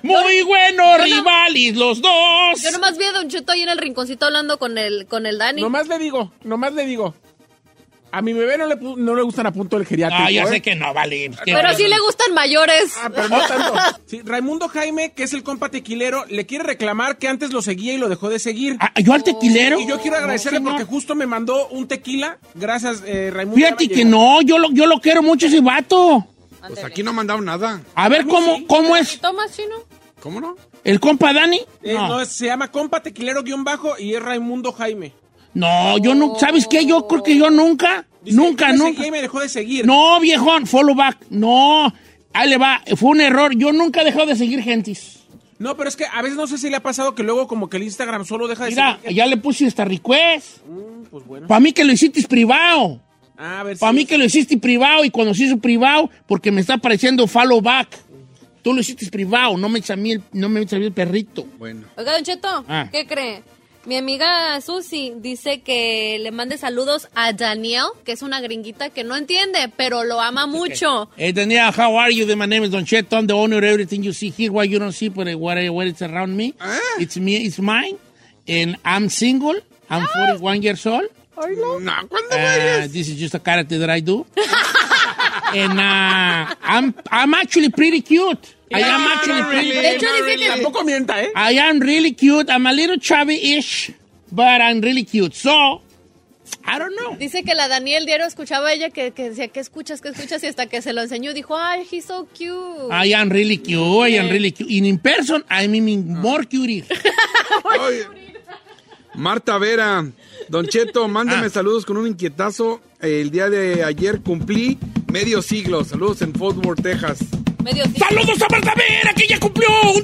Speaker 1: Muy buenos rivales los dos.
Speaker 2: Yo nomás vi a Don Cheto ahí en el rinconcito hablando con el, con el Dani.
Speaker 3: Nomás le digo, nomás le digo. A mi bebé no le, pu- no le gustan a punto el geriátrico.
Speaker 1: Ah, ya
Speaker 3: ¿eh?
Speaker 1: sé que no, vale. pues, qué
Speaker 2: Pero
Speaker 1: bueno.
Speaker 2: sí le gustan mayores.
Speaker 3: Ah, pero no tanto. Sí, Raimundo Jaime, que es el compa tequilero, le quiere reclamar que antes lo seguía y lo dejó de seguir.
Speaker 1: Ah, yo al tequilero.
Speaker 3: Y yo quiero agradecerle
Speaker 1: No,
Speaker 3: porque
Speaker 1: señor.
Speaker 3: justo me mandó un tequila. Gracias, eh, Raimundo.
Speaker 1: Fíjate
Speaker 3: Ya
Speaker 1: que
Speaker 3: llegó.
Speaker 1: no, yo lo, yo lo quiero mucho ese vato.
Speaker 4: Pues aquí no me han dado nada.
Speaker 1: A ver cómo, cómo
Speaker 2: ¿Y
Speaker 1: es
Speaker 2: tomas chino?
Speaker 4: ¿Cómo no?
Speaker 1: el compa Dani.
Speaker 3: Eh, no, se llama compa tequilero guión bajo y es Raimundo Jaime.
Speaker 1: No, yo no. ¿Sabes qué? Yo creo que yo nunca,
Speaker 3: Dice,
Speaker 1: nunca,
Speaker 3: "Yo me
Speaker 1: nunca.
Speaker 3: seguía Y me dejó de seguir.
Speaker 1: No, viejón, follow back. No, ahí le va. Fue un error. Yo nunca he dejado de seguir gentis.
Speaker 3: No, pero es que a veces no sé si le ha pasado que luego como que el Instagram solo deja de
Speaker 1: Mira,
Speaker 3: seguir.
Speaker 1: ya le puse esta request.
Speaker 3: Mm, pues bueno. Ah,
Speaker 1: Para mí que lo hiciste privado.
Speaker 3: A ver
Speaker 1: Para
Speaker 3: sí.
Speaker 1: mí que lo hiciste privado y cuando se hizo privado, porque me está apareciendo follow back. Tú lo hiciste privado, no me eches a mí el, no me eches a mí el perrito.
Speaker 4: Bueno.
Speaker 2: Oiga, Don Cheto,
Speaker 1: Ah.
Speaker 2: ¿qué cree? Mi amiga Susi dice que le mande saludos a Daniel, que es una gringuita que no entiende, pero lo ama mucho.
Speaker 1: Hey, Daniel, how are you? My name is Don Cheto. I'm the owner of everything you see here. What you don't see, but what, what is around me. It's me, it's mine. And I'm single. I'm 41 years old.
Speaker 4: No, ¿cuándo
Speaker 1: Uh,
Speaker 4: vayas?
Speaker 1: this is just a character that I do. (laughs) and uh, I'm, I'm actually pretty cute. I am actually pretty
Speaker 2: De hecho, dice que-
Speaker 3: Tampoco mienta, ¿eh?
Speaker 1: I am really cute. I'm a little chubby-ish, but I'm really cute. So, I don't know.
Speaker 2: Dice que la Daniel diario escuchaba a ella que, que decía, ¿qué escuchas, qué escuchas? Y hasta que se lo enseñó dijo, ay, he's so cute.
Speaker 1: I am really cute. I am really cute. And in person, I'm even more cuter.
Speaker 4: Oye. Marta Vera, Don Cheto, mándeme
Speaker 1: Ah.
Speaker 4: saludos con un inquietazo. El día de ayer cumplí medio siglo. Saludos en Fort Worth, Texas.
Speaker 2: Medio sí.
Speaker 1: ¡Saludos a Marta Vera, que ya cumplió un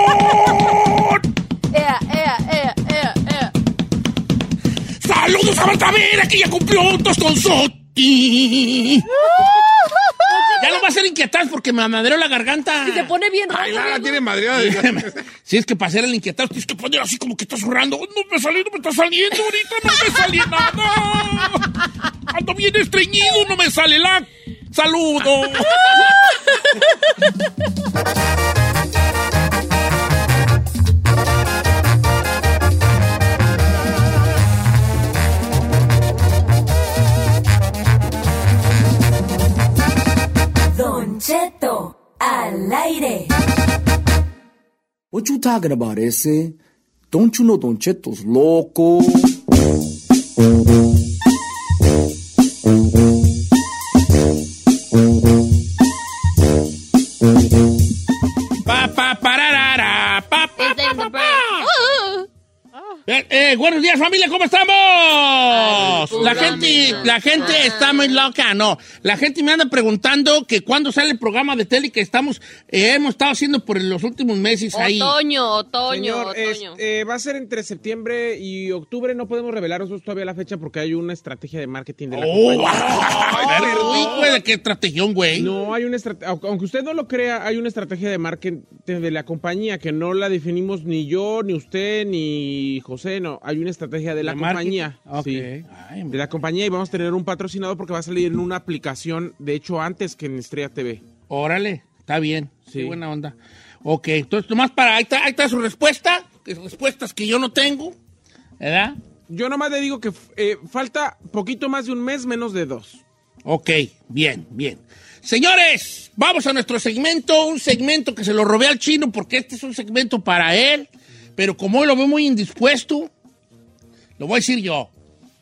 Speaker 1: tostón!
Speaker 2: Ea, ea, ea, ea, ea.
Speaker 1: ¡Saludos a Marta Vera, que ya cumplió un tostonzote! ya lo va a hacer inquietar porque me amaderó la garganta.
Speaker 2: Y se pone bien
Speaker 4: Ay,
Speaker 2: raro.
Speaker 4: Lara tiene madreada. de-
Speaker 1: (laughs) Si es que para hacer el inquietado tienes que poner así como que estás zurrando. Oh, no me salió, no me está saliendo ahorita, no me sale nada. Ando bien estreñido, no me sale la. ¡Saludo!
Speaker 7: Don Cheto, al aire.
Speaker 8: What you talking about, ese? Don't you know Don Cheto's loco?
Speaker 1: Pa, pa, pararara, pa, pa, pa, pa, pa. Eh, eh, buenos días familia, ¿cómo estamos? La gente, la gente está muy loca, no. La gente me anda preguntando que cuándo sale el programa de tele que estamos, eh, hemos estado haciendo por los últimos meses ahí.
Speaker 2: Otoño, otoño,
Speaker 3: Señor,
Speaker 2: otoño.
Speaker 3: es- eh, va a ser entre septiembre y octubre. No podemos revelar nosotros todavía la fecha porque hay una estrategia de marketing de la
Speaker 1: ¡Oh!
Speaker 3: compañía.
Speaker 1: Uy, güey, qué estrategión, güey.
Speaker 3: No, hay una estrate- au- aunque usted no lo crea, hay una estrategia de marketing de la compañía que no la definimos ni yo, ni usted, ni José, no. Hay una estrategia de la, compañía.
Speaker 1: marketing?
Speaker 3: sí.
Speaker 1: Ok. Ay,
Speaker 3: De la compañía y vamos a tener un patrocinador porque va a salir en una aplicación, de hecho, antes que en Estrella TV.
Speaker 1: Órale, está bien.
Speaker 3: Sí.
Speaker 1: Qué buena onda. Ok, entonces nomás para, ahí está, ahí está su respuesta, que- respuestas que yo no tengo, ¿verdad?
Speaker 3: Yo nomás le digo que f- eh, falta poquito más de un mes, menos de dos.
Speaker 1: Ok, bien, bien. Señores, vamos a nuestro segmento, un segmento que se lo robé al chino porque este es un segmento para él, pero como hoy lo veo muy indispuesto, lo voy a decir yo.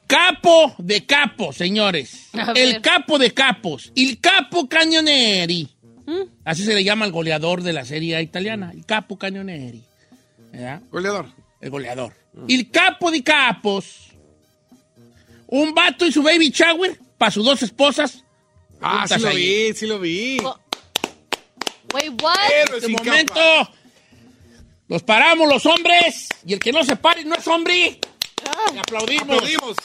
Speaker 1: Capo de capos, señores.
Speaker 2: A
Speaker 1: El
Speaker 2: ver.
Speaker 1: capo de capos. El capo cañoneri.
Speaker 2: ¿Mm?
Speaker 1: Así se le llama al goleador de la serie A italiana. El capo cañoneri. ¿Verdad?
Speaker 4: Goleador.
Speaker 1: El goleador. El capo de capos. Un vato y su baby shower para sus dos esposas.
Speaker 4: Ah, sí
Speaker 1: Juntas
Speaker 4: lo
Speaker 1: ahí.
Speaker 4: vi, sí lo vi.
Speaker 2: Wait, what?
Speaker 3: eh,
Speaker 4: Pero
Speaker 1: este
Speaker 4: sin
Speaker 1: momento
Speaker 4: capa.
Speaker 1: los paramos los hombres y el que no se pare no es hombre.
Speaker 3: Ah.
Speaker 1: Le aplaudimos.
Speaker 4: Aplaudimos.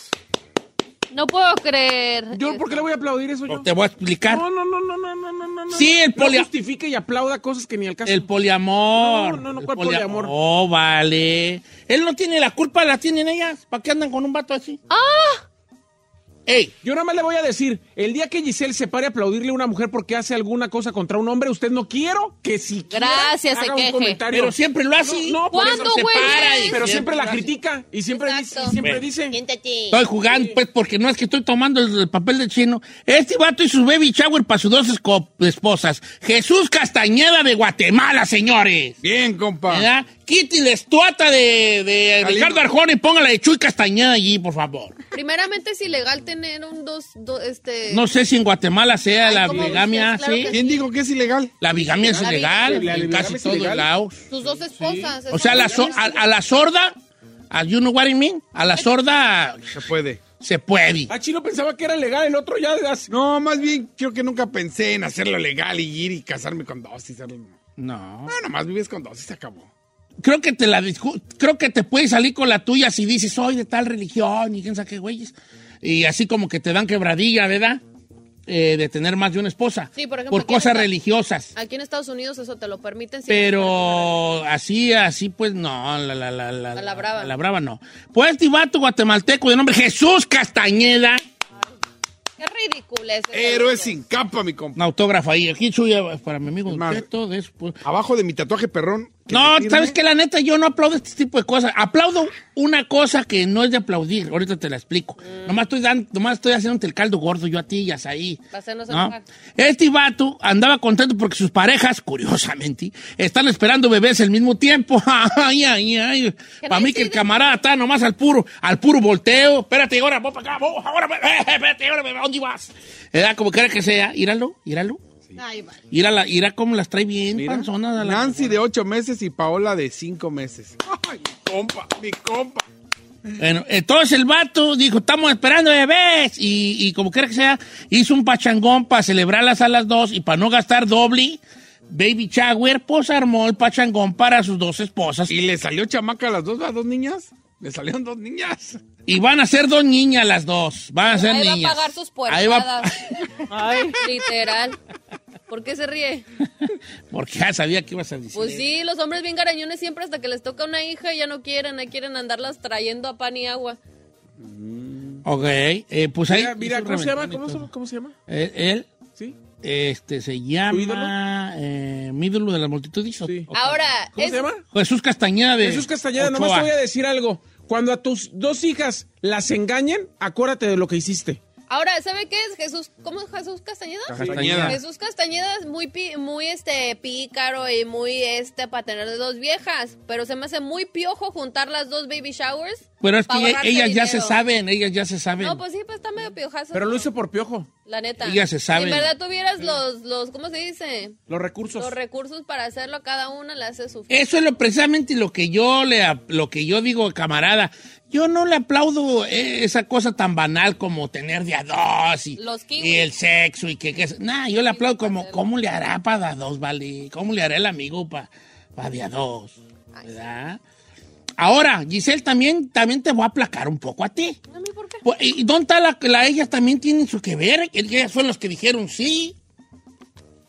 Speaker 2: No puedo creer.
Speaker 3: Yo, ¿por qué le voy a aplaudir eso yo?
Speaker 1: Te voy a explicar.
Speaker 3: No, no, no, no, no, no, no, no.
Speaker 1: Sí, el
Speaker 3: no
Speaker 1: polia-
Speaker 3: justifique y aplauda cosas que ni al caso.
Speaker 1: El poliamor.
Speaker 3: No, no, no,
Speaker 1: El
Speaker 3: ¿cuál poliamor?
Speaker 1: Oh, vale. Él no tiene la culpa, la tienen ellas. ¿Para qué andan con un vato así? ¡Ah! ¡Ey!
Speaker 3: Yo nada más le voy a decir, el día que Giselle se pare a aplaudirle a una mujer porque hace alguna cosa contra un hombre, usted no quiero que si
Speaker 2: Gracias, se
Speaker 3: haga un
Speaker 2: queje.
Speaker 3: comentario.
Speaker 1: Pero siempre lo hace.
Speaker 3: No, no, por
Speaker 2: ¿Cuándo,
Speaker 3: eso se
Speaker 2: güey?
Speaker 3: para
Speaker 2: Sí,
Speaker 3: y- pero siempre la
Speaker 1: lo hace.
Speaker 3: critica y siempre dice,
Speaker 2: Exacto.
Speaker 3: y siempre
Speaker 1: Bueno.
Speaker 3: dice.
Speaker 6: Siéntate.
Speaker 1: Estoy jugando, pues, porque no es que estoy tomando el, el papel de chino. Este vato y su baby shower para sus dos esco- esposas. Jesús Castañeda de Guatemala, señores.
Speaker 4: Bien,
Speaker 2: Ah.
Speaker 4: compa.
Speaker 1: ¿Verdad? Quítile estuata de, de
Speaker 4: Calibre.
Speaker 1: Ricardo Arjona y póngala de Chuy Castañeda allí, por favor.
Speaker 2: Primeramente es ilegal tener un dos, do- este...
Speaker 1: No sé si en Guatemala sea
Speaker 2: Ay,
Speaker 1: la
Speaker 2: ¿cómo
Speaker 1: bigamia,
Speaker 2: dices? Claro
Speaker 1: ¿sí?
Speaker 2: que
Speaker 4: ¿Quién dijo que es ilegal?
Speaker 1: La bigamia es
Speaker 2: La
Speaker 1: ilegal
Speaker 3: bigamia.
Speaker 1: en
Speaker 3: La
Speaker 1: casi
Speaker 3: bigamia es
Speaker 1: todos
Speaker 3: ilegal.
Speaker 1: lados.
Speaker 2: Tus dos esposas.
Speaker 1: O sea, a la, so- a, a la sorda, a, you know what I mean? A la sorda
Speaker 4: Se puede.
Speaker 1: se puede.
Speaker 3: Ah, Chino pensaba que era legal, el otro ya hace-
Speaker 4: No, más bien creo que nunca pensé en hacerlo legal y ir y casarme con dos y ser... No,
Speaker 1: No.
Speaker 4: nomás vives con dos y se acabó.
Speaker 1: Creo que te la discu- creo que te puedes salir con la tuya si dices soy de tal religión y quién sabe qué güeyes. Y así como que te dan quebradilla, ¿verdad? Eh, de tener más de una esposa.
Speaker 2: Sí, por ejemplo, Ah,
Speaker 1: Por
Speaker 2: aquí en
Speaker 1: cosas
Speaker 2: esta-
Speaker 1: religiosas.
Speaker 2: Aquí en Estados Unidos eso te lo permiten. siempre y cuando-
Speaker 1: Pero así, así, pues no, la, la, la, la,
Speaker 2: A la brava.
Speaker 1: a La brava no. Pues este vato guatemalteco de nombre Jesús Castañeda.
Speaker 2: Qué ridículo es.
Speaker 4: Héroe sin capa, mi compa.
Speaker 1: Un autógrafo ahí. Aquí suya para mi amigo
Speaker 4: Es
Speaker 1: Don
Speaker 4: más,
Speaker 1: Cheto, de eso, pues.
Speaker 4: Abajo de mi tatuaje perrón. que
Speaker 1: No,
Speaker 4: me firme.
Speaker 1: sabes que la neta yo no aplaudo este tipo de cosas. Aplaudo una cosa que no es de aplaudir. Ahorita te la explico.
Speaker 2: Mm.
Speaker 1: Nomás estoy dando, nomás estoy haciéndote el caldo gordo yo a ti y a Saí.
Speaker 2: Para hacernos
Speaker 1: ¿no?
Speaker 2: enojar.
Speaker 1: Este vato andaba contento porque sus parejas, curiosamente, están esperando bebés al mismo tiempo. (laughs) ay, ay, ay. Para mí que el camarada está nomás al puro, al puro volteo. Espérate, ahora, vos para acá, vos, ahora, (laughs) eh, eh, espérate, ahora, ¿a ¿dónde vas? Era como quiera que sea, íralo, íralo.
Speaker 2: Ay, vale.
Speaker 1: Irá, la, irá como las trae bien,
Speaker 4: Mira,
Speaker 1: panzonas a la-
Speaker 4: Nancy de ocho meses y Paola de cinco meses. Ay, mi compa, mi compa.
Speaker 1: Bueno, entonces el vato dijo, estamos esperando bebés. Y, y como quiera que sea, hizo un pachangón para celebrarlas a las dos y para no gastar doble. Baby Shower, pues armó el pachangón para sus dos esposas.
Speaker 4: Y le salió chamaca a las dos, ¿a dos niñas? Le salieron dos niñas.
Speaker 1: Y van a ser dos niñas las dos. Van a ser
Speaker 2: Ahí va a
Speaker 1: niñas.
Speaker 2: pagar sus
Speaker 1: Ahí va-
Speaker 2: puertadas.
Speaker 5: Ay,
Speaker 2: Literal. ¿Por qué se ríe?
Speaker 1: (laughs) Porque ya sabía que ibas a decir.
Speaker 2: Pues sí, los hombres bien garañones siempre hasta que les toca una hija ya no quieren, ahí quieren andarlas trayendo a pan y agua.
Speaker 1: Ok, eh, pues ahí.
Speaker 3: Mira, mira,
Speaker 1: hizo
Speaker 3: ¿cómo se llama?
Speaker 1: reventón y
Speaker 3: ¿Cómo se,
Speaker 1: todo.
Speaker 3: cómo se llama?
Speaker 1: Eh, él,
Speaker 3: ¿Sí?
Speaker 1: este, se
Speaker 3: ídolo?
Speaker 1: llama. eh, mi ídolo de las multitudes.
Speaker 3: Sí.
Speaker 1: Ok.
Speaker 2: Ahora,
Speaker 3: ¿Cómo
Speaker 2: es-
Speaker 3: se llama?
Speaker 1: Jesús Castañeda de
Speaker 3: Jesús Castañeda,
Speaker 1: Ochoa.
Speaker 3: nomás te voy a decir algo. Cuando a tus dos hijas las engañen, acuérdate de lo que hiciste.
Speaker 2: ahora, ¿sabe qué es Jesús? ¿Cómo es Jesús Castañeda?
Speaker 1: Castañeda.
Speaker 2: Jesús Castañeda es muy, pi- muy este, pícaro y muy este para tener dos viejas, pero se me hace muy piojo juntar las dos baby showers.
Speaker 1: Pero es que
Speaker 2: pa'
Speaker 1: ellas
Speaker 2: ahorrarse
Speaker 1: ya
Speaker 2: dinero.
Speaker 1: se saben, ellas ya se saben.
Speaker 2: No, pues sí, pues está medio piojazo.
Speaker 3: Pero lo
Speaker 2: ¿no?
Speaker 3: hizo por piojo,
Speaker 2: La neta.
Speaker 1: Ellas se saben.
Speaker 2: Si en verdad tuvieras los, los, ¿cómo se dice?
Speaker 3: los recursos.
Speaker 2: Los recursos para hacerlo a cada una, le hace su...
Speaker 1: Eso es lo precisamente lo que yo le ap- lo que yo digo, camarada. Yo no le aplaudo eh, esa cosa tan banal como tener de a dos y,
Speaker 2: Los kiwis.
Speaker 1: y el sexo y que, que es- nah, yo le aplaudo como cómo le hará para de a dos, vale, cómo le hará el amigo para pa de a dos, ¿verdad? Ahora, Giselle, también, también te voy a aplacar un poco a ti.
Speaker 2: No me por qué.
Speaker 1: Pues, ¿Y dónde está la, la- ellas también tienen su que ver? Ellas son las que dijeron sí.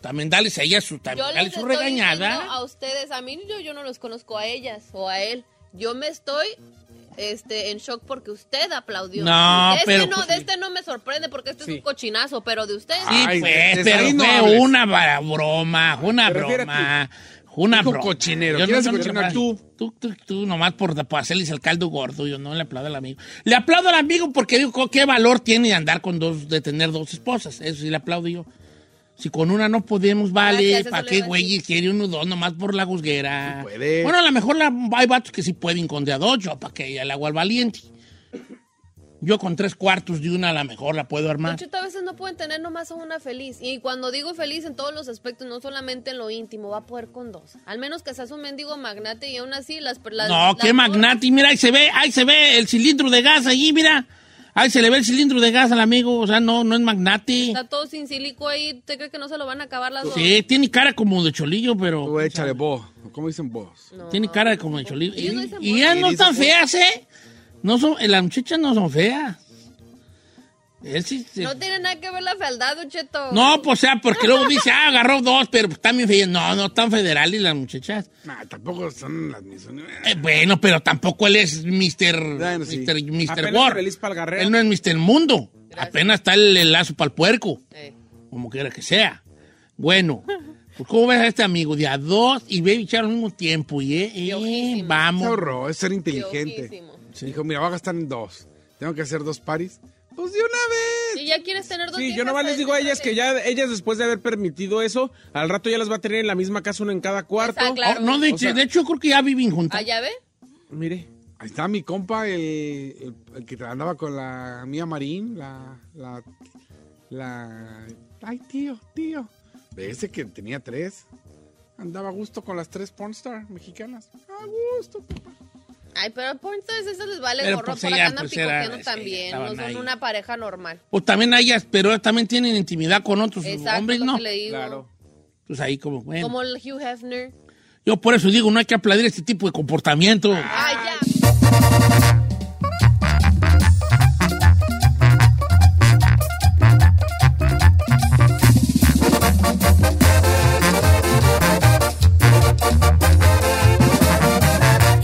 Speaker 1: También dales a ellas su, también
Speaker 2: Yo les
Speaker 1: dales su
Speaker 2: estoy
Speaker 1: regañada.
Speaker 2: diciendo a ustedes, a mí yo, yo no los conozco a ellas o a él. Yo me estoy este, en shock porque usted aplaudió.
Speaker 1: No,
Speaker 2: de este
Speaker 1: pero- pues
Speaker 2: no, de este no me sorprende porque este es un cochinazo, pero de ustedes.
Speaker 1: Sí,
Speaker 4: Ay,
Speaker 1: pues,
Speaker 4: de- de
Speaker 1: pero
Speaker 4: ahí no
Speaker 1: fue
Speaker 4: hables.
Speaker 1: una bara- broma, fue una
Speaker 3: Pero espérate.
Speaker 1: broma. Una
Speaker 4: Dijo
Speaker 1: broma.
Speaker 4: cochinero.
Speaker 1: Yo
Speaker 4: ¿Quién hace
Speaker 1: yo
Speaker 4: cochinar?
Speaker 1: nomás-
Speaker 4: Tú.
Speaker 1: Tú, tú, tú, nomás por, por hacerles el caldo gordo, yo no le aplaudo al amigo. Le aplaudo al amigo porque digo, ¿qué valor tiene de andar con dos, de tener dos esposas? Eso sí le aplaudo yo. Si con una no podemos, vale,
Speaker 2: Gracias, eso
Speaker 1: ¿para
Speaker 2: le
Speaker 1: qué
Speaker 2: iba a
Speaker 1: güey
Speaker 2: decir.
Speaker 1: quiere uno dos nomás por la juzguera?
Speaker 4: Sí puede.
Speaker 1: Bueno, a lo mejor la- hay vatos que sí pueden con de a dos, yo para que el agua al valiente. Yo con tres cuartos de una a lo mejor la puedo armar.
Speaker 2: Don Cheto, a veces no pueden tener nomás a una feliz. Y cuando digo feliz en todos los aspectos, no solamente en lo íntimo, va a poder con dos. Al menos que seas un mendigo magnate y aún así las... las
Speaker 1: No,
Speaker 2: las-
Speaker 1: qué magnati. Mira, ahí se ve, ahí se ve el cilindro de gas allí, mira. Ahí se le ve el cilindro de gas al amigo. O sea, no, no es magnati.
Speaker 2: Está todo sin silico ahí. ¿Te crees que no se lo van a acabar las dos?
Speaker 1: Sí, tiene cara como de cholillo, pero.
Speaker 4: Tú échale vos. ¿Cómo dicen vos?
Speaker 1: Tiene cara de como de cholillo.
Speaker 2: Ellos no
Speaker 1: Y,
Speaker 2: dicen
Speaker 1: y ellas
Speaker 2: vos.
Speaker 1: no
Speaker 2: Ellos
Speaker 1: están
Speaker 2: dicen
Speaker 1: feas, ¿eh? No son, las muchachas no son feas. Él sí. sí.
Speaker 2: No tiene nada que ver la fealdad, Don Cheto.
Speaker 1: No, pues o sea, porque luego dice, ah, agarró dos, pero pues, están bien feas. No, no están federales las muchachas.
Speaker 4: Nah, tampoco son las misiones.
Speaker 1: Eh, bueno, pero tampoco él es Mr.
Speaker 4: Bueno, sí.
Speaker 1: Mr. Mr.
Speaker 3: Apenas
Speaker 1: War.
Speaker 3: feliz pa'l garreo.
Speaker 1: Él no es Mr. Mundo. Apenas está el, el lazo para el puerco.
Speaker 2: Eh.
Speaker 1: Como quiera que sea. Bueno, pues ¿cómo ves a este amigo? De a dos y Baby Char al mismo tiempo. Y eh, eh,
Speaker 2: ojísimo.
Speaker 4: Qué
Speaker 1: vamos.
Speaker 4: horror, es ser inteligente.
Speaker 2: Loquísimo.
Speaker 4: Dijo, mira, voy a gastar en dos. Tengo que hacer dos paris. Pues de una vez.
Speaker 2: Si ya quieres tener dos
Speaker 3: Sí, yo
Speaker 2: viejas,
Speaker 3: nomás les
Speaker 2: pues,
Speaker 3: digo a ellas que
Speaker 2: dale.
Speaker 3: ya, ellas después de haber permitido eso, al rato ya las va a tener en la misma casa, una en cada cuarto.
Speaker 2: Está claro.
Speaker 1: Oh, no, de,
Speaker 3: O sea-
Speaker 1: de hecho, creo que ya viven juntas.
Speaker 2: ¿Ah, ya ve?
Speaker 3: Mire.
Speaker 4: Ahí está mi compa, el, el- el que andaba con la mía Marín, la, la, la- Ay, tío, tío. De ese que tenía tres. Andaba a gusto con las tres pornstar mexicanas. A gusto, papá.
Speaker 2: Ay, pero por entonces esas les vale
Speaker 1: Pero,
Speaker 2: gorro.
Speaker 1: pues,
Speaker 2: por acá
Speaker 1: ellas,
Speaker 2: andan
Speaker 1: pues, eran-
Speaker 2: picoteando
Speaker 1: sí,
Speaker 2: también.
Speaker 1: estaban
Speaker 2: No son
Speaker 1: ahí.
Speaker 2: una pareja normal.
Speaker 1: O Pues, también ellas, pero también tienen intimidad con otros
Speaker 2: Exacto,
Speaker 1: Pues, hombres,
Speaker 2: lo
Speaker 1: ¿no?
Speaker 2: que le digo.
Speaker 1: Pues ahí como, bueno.
Speaker 2: Como el Hugh Hefner.
Speaker 1: Yo por eso digo, no hay que aplaudir este tipo de comportamiento.
Speaker 4: Ah,
Speaker 3: Ah,
Speaker 2: Ay, Ah, ya.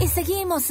Speaker 7: Y seguimos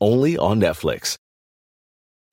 Speaker 9: only on Netflix.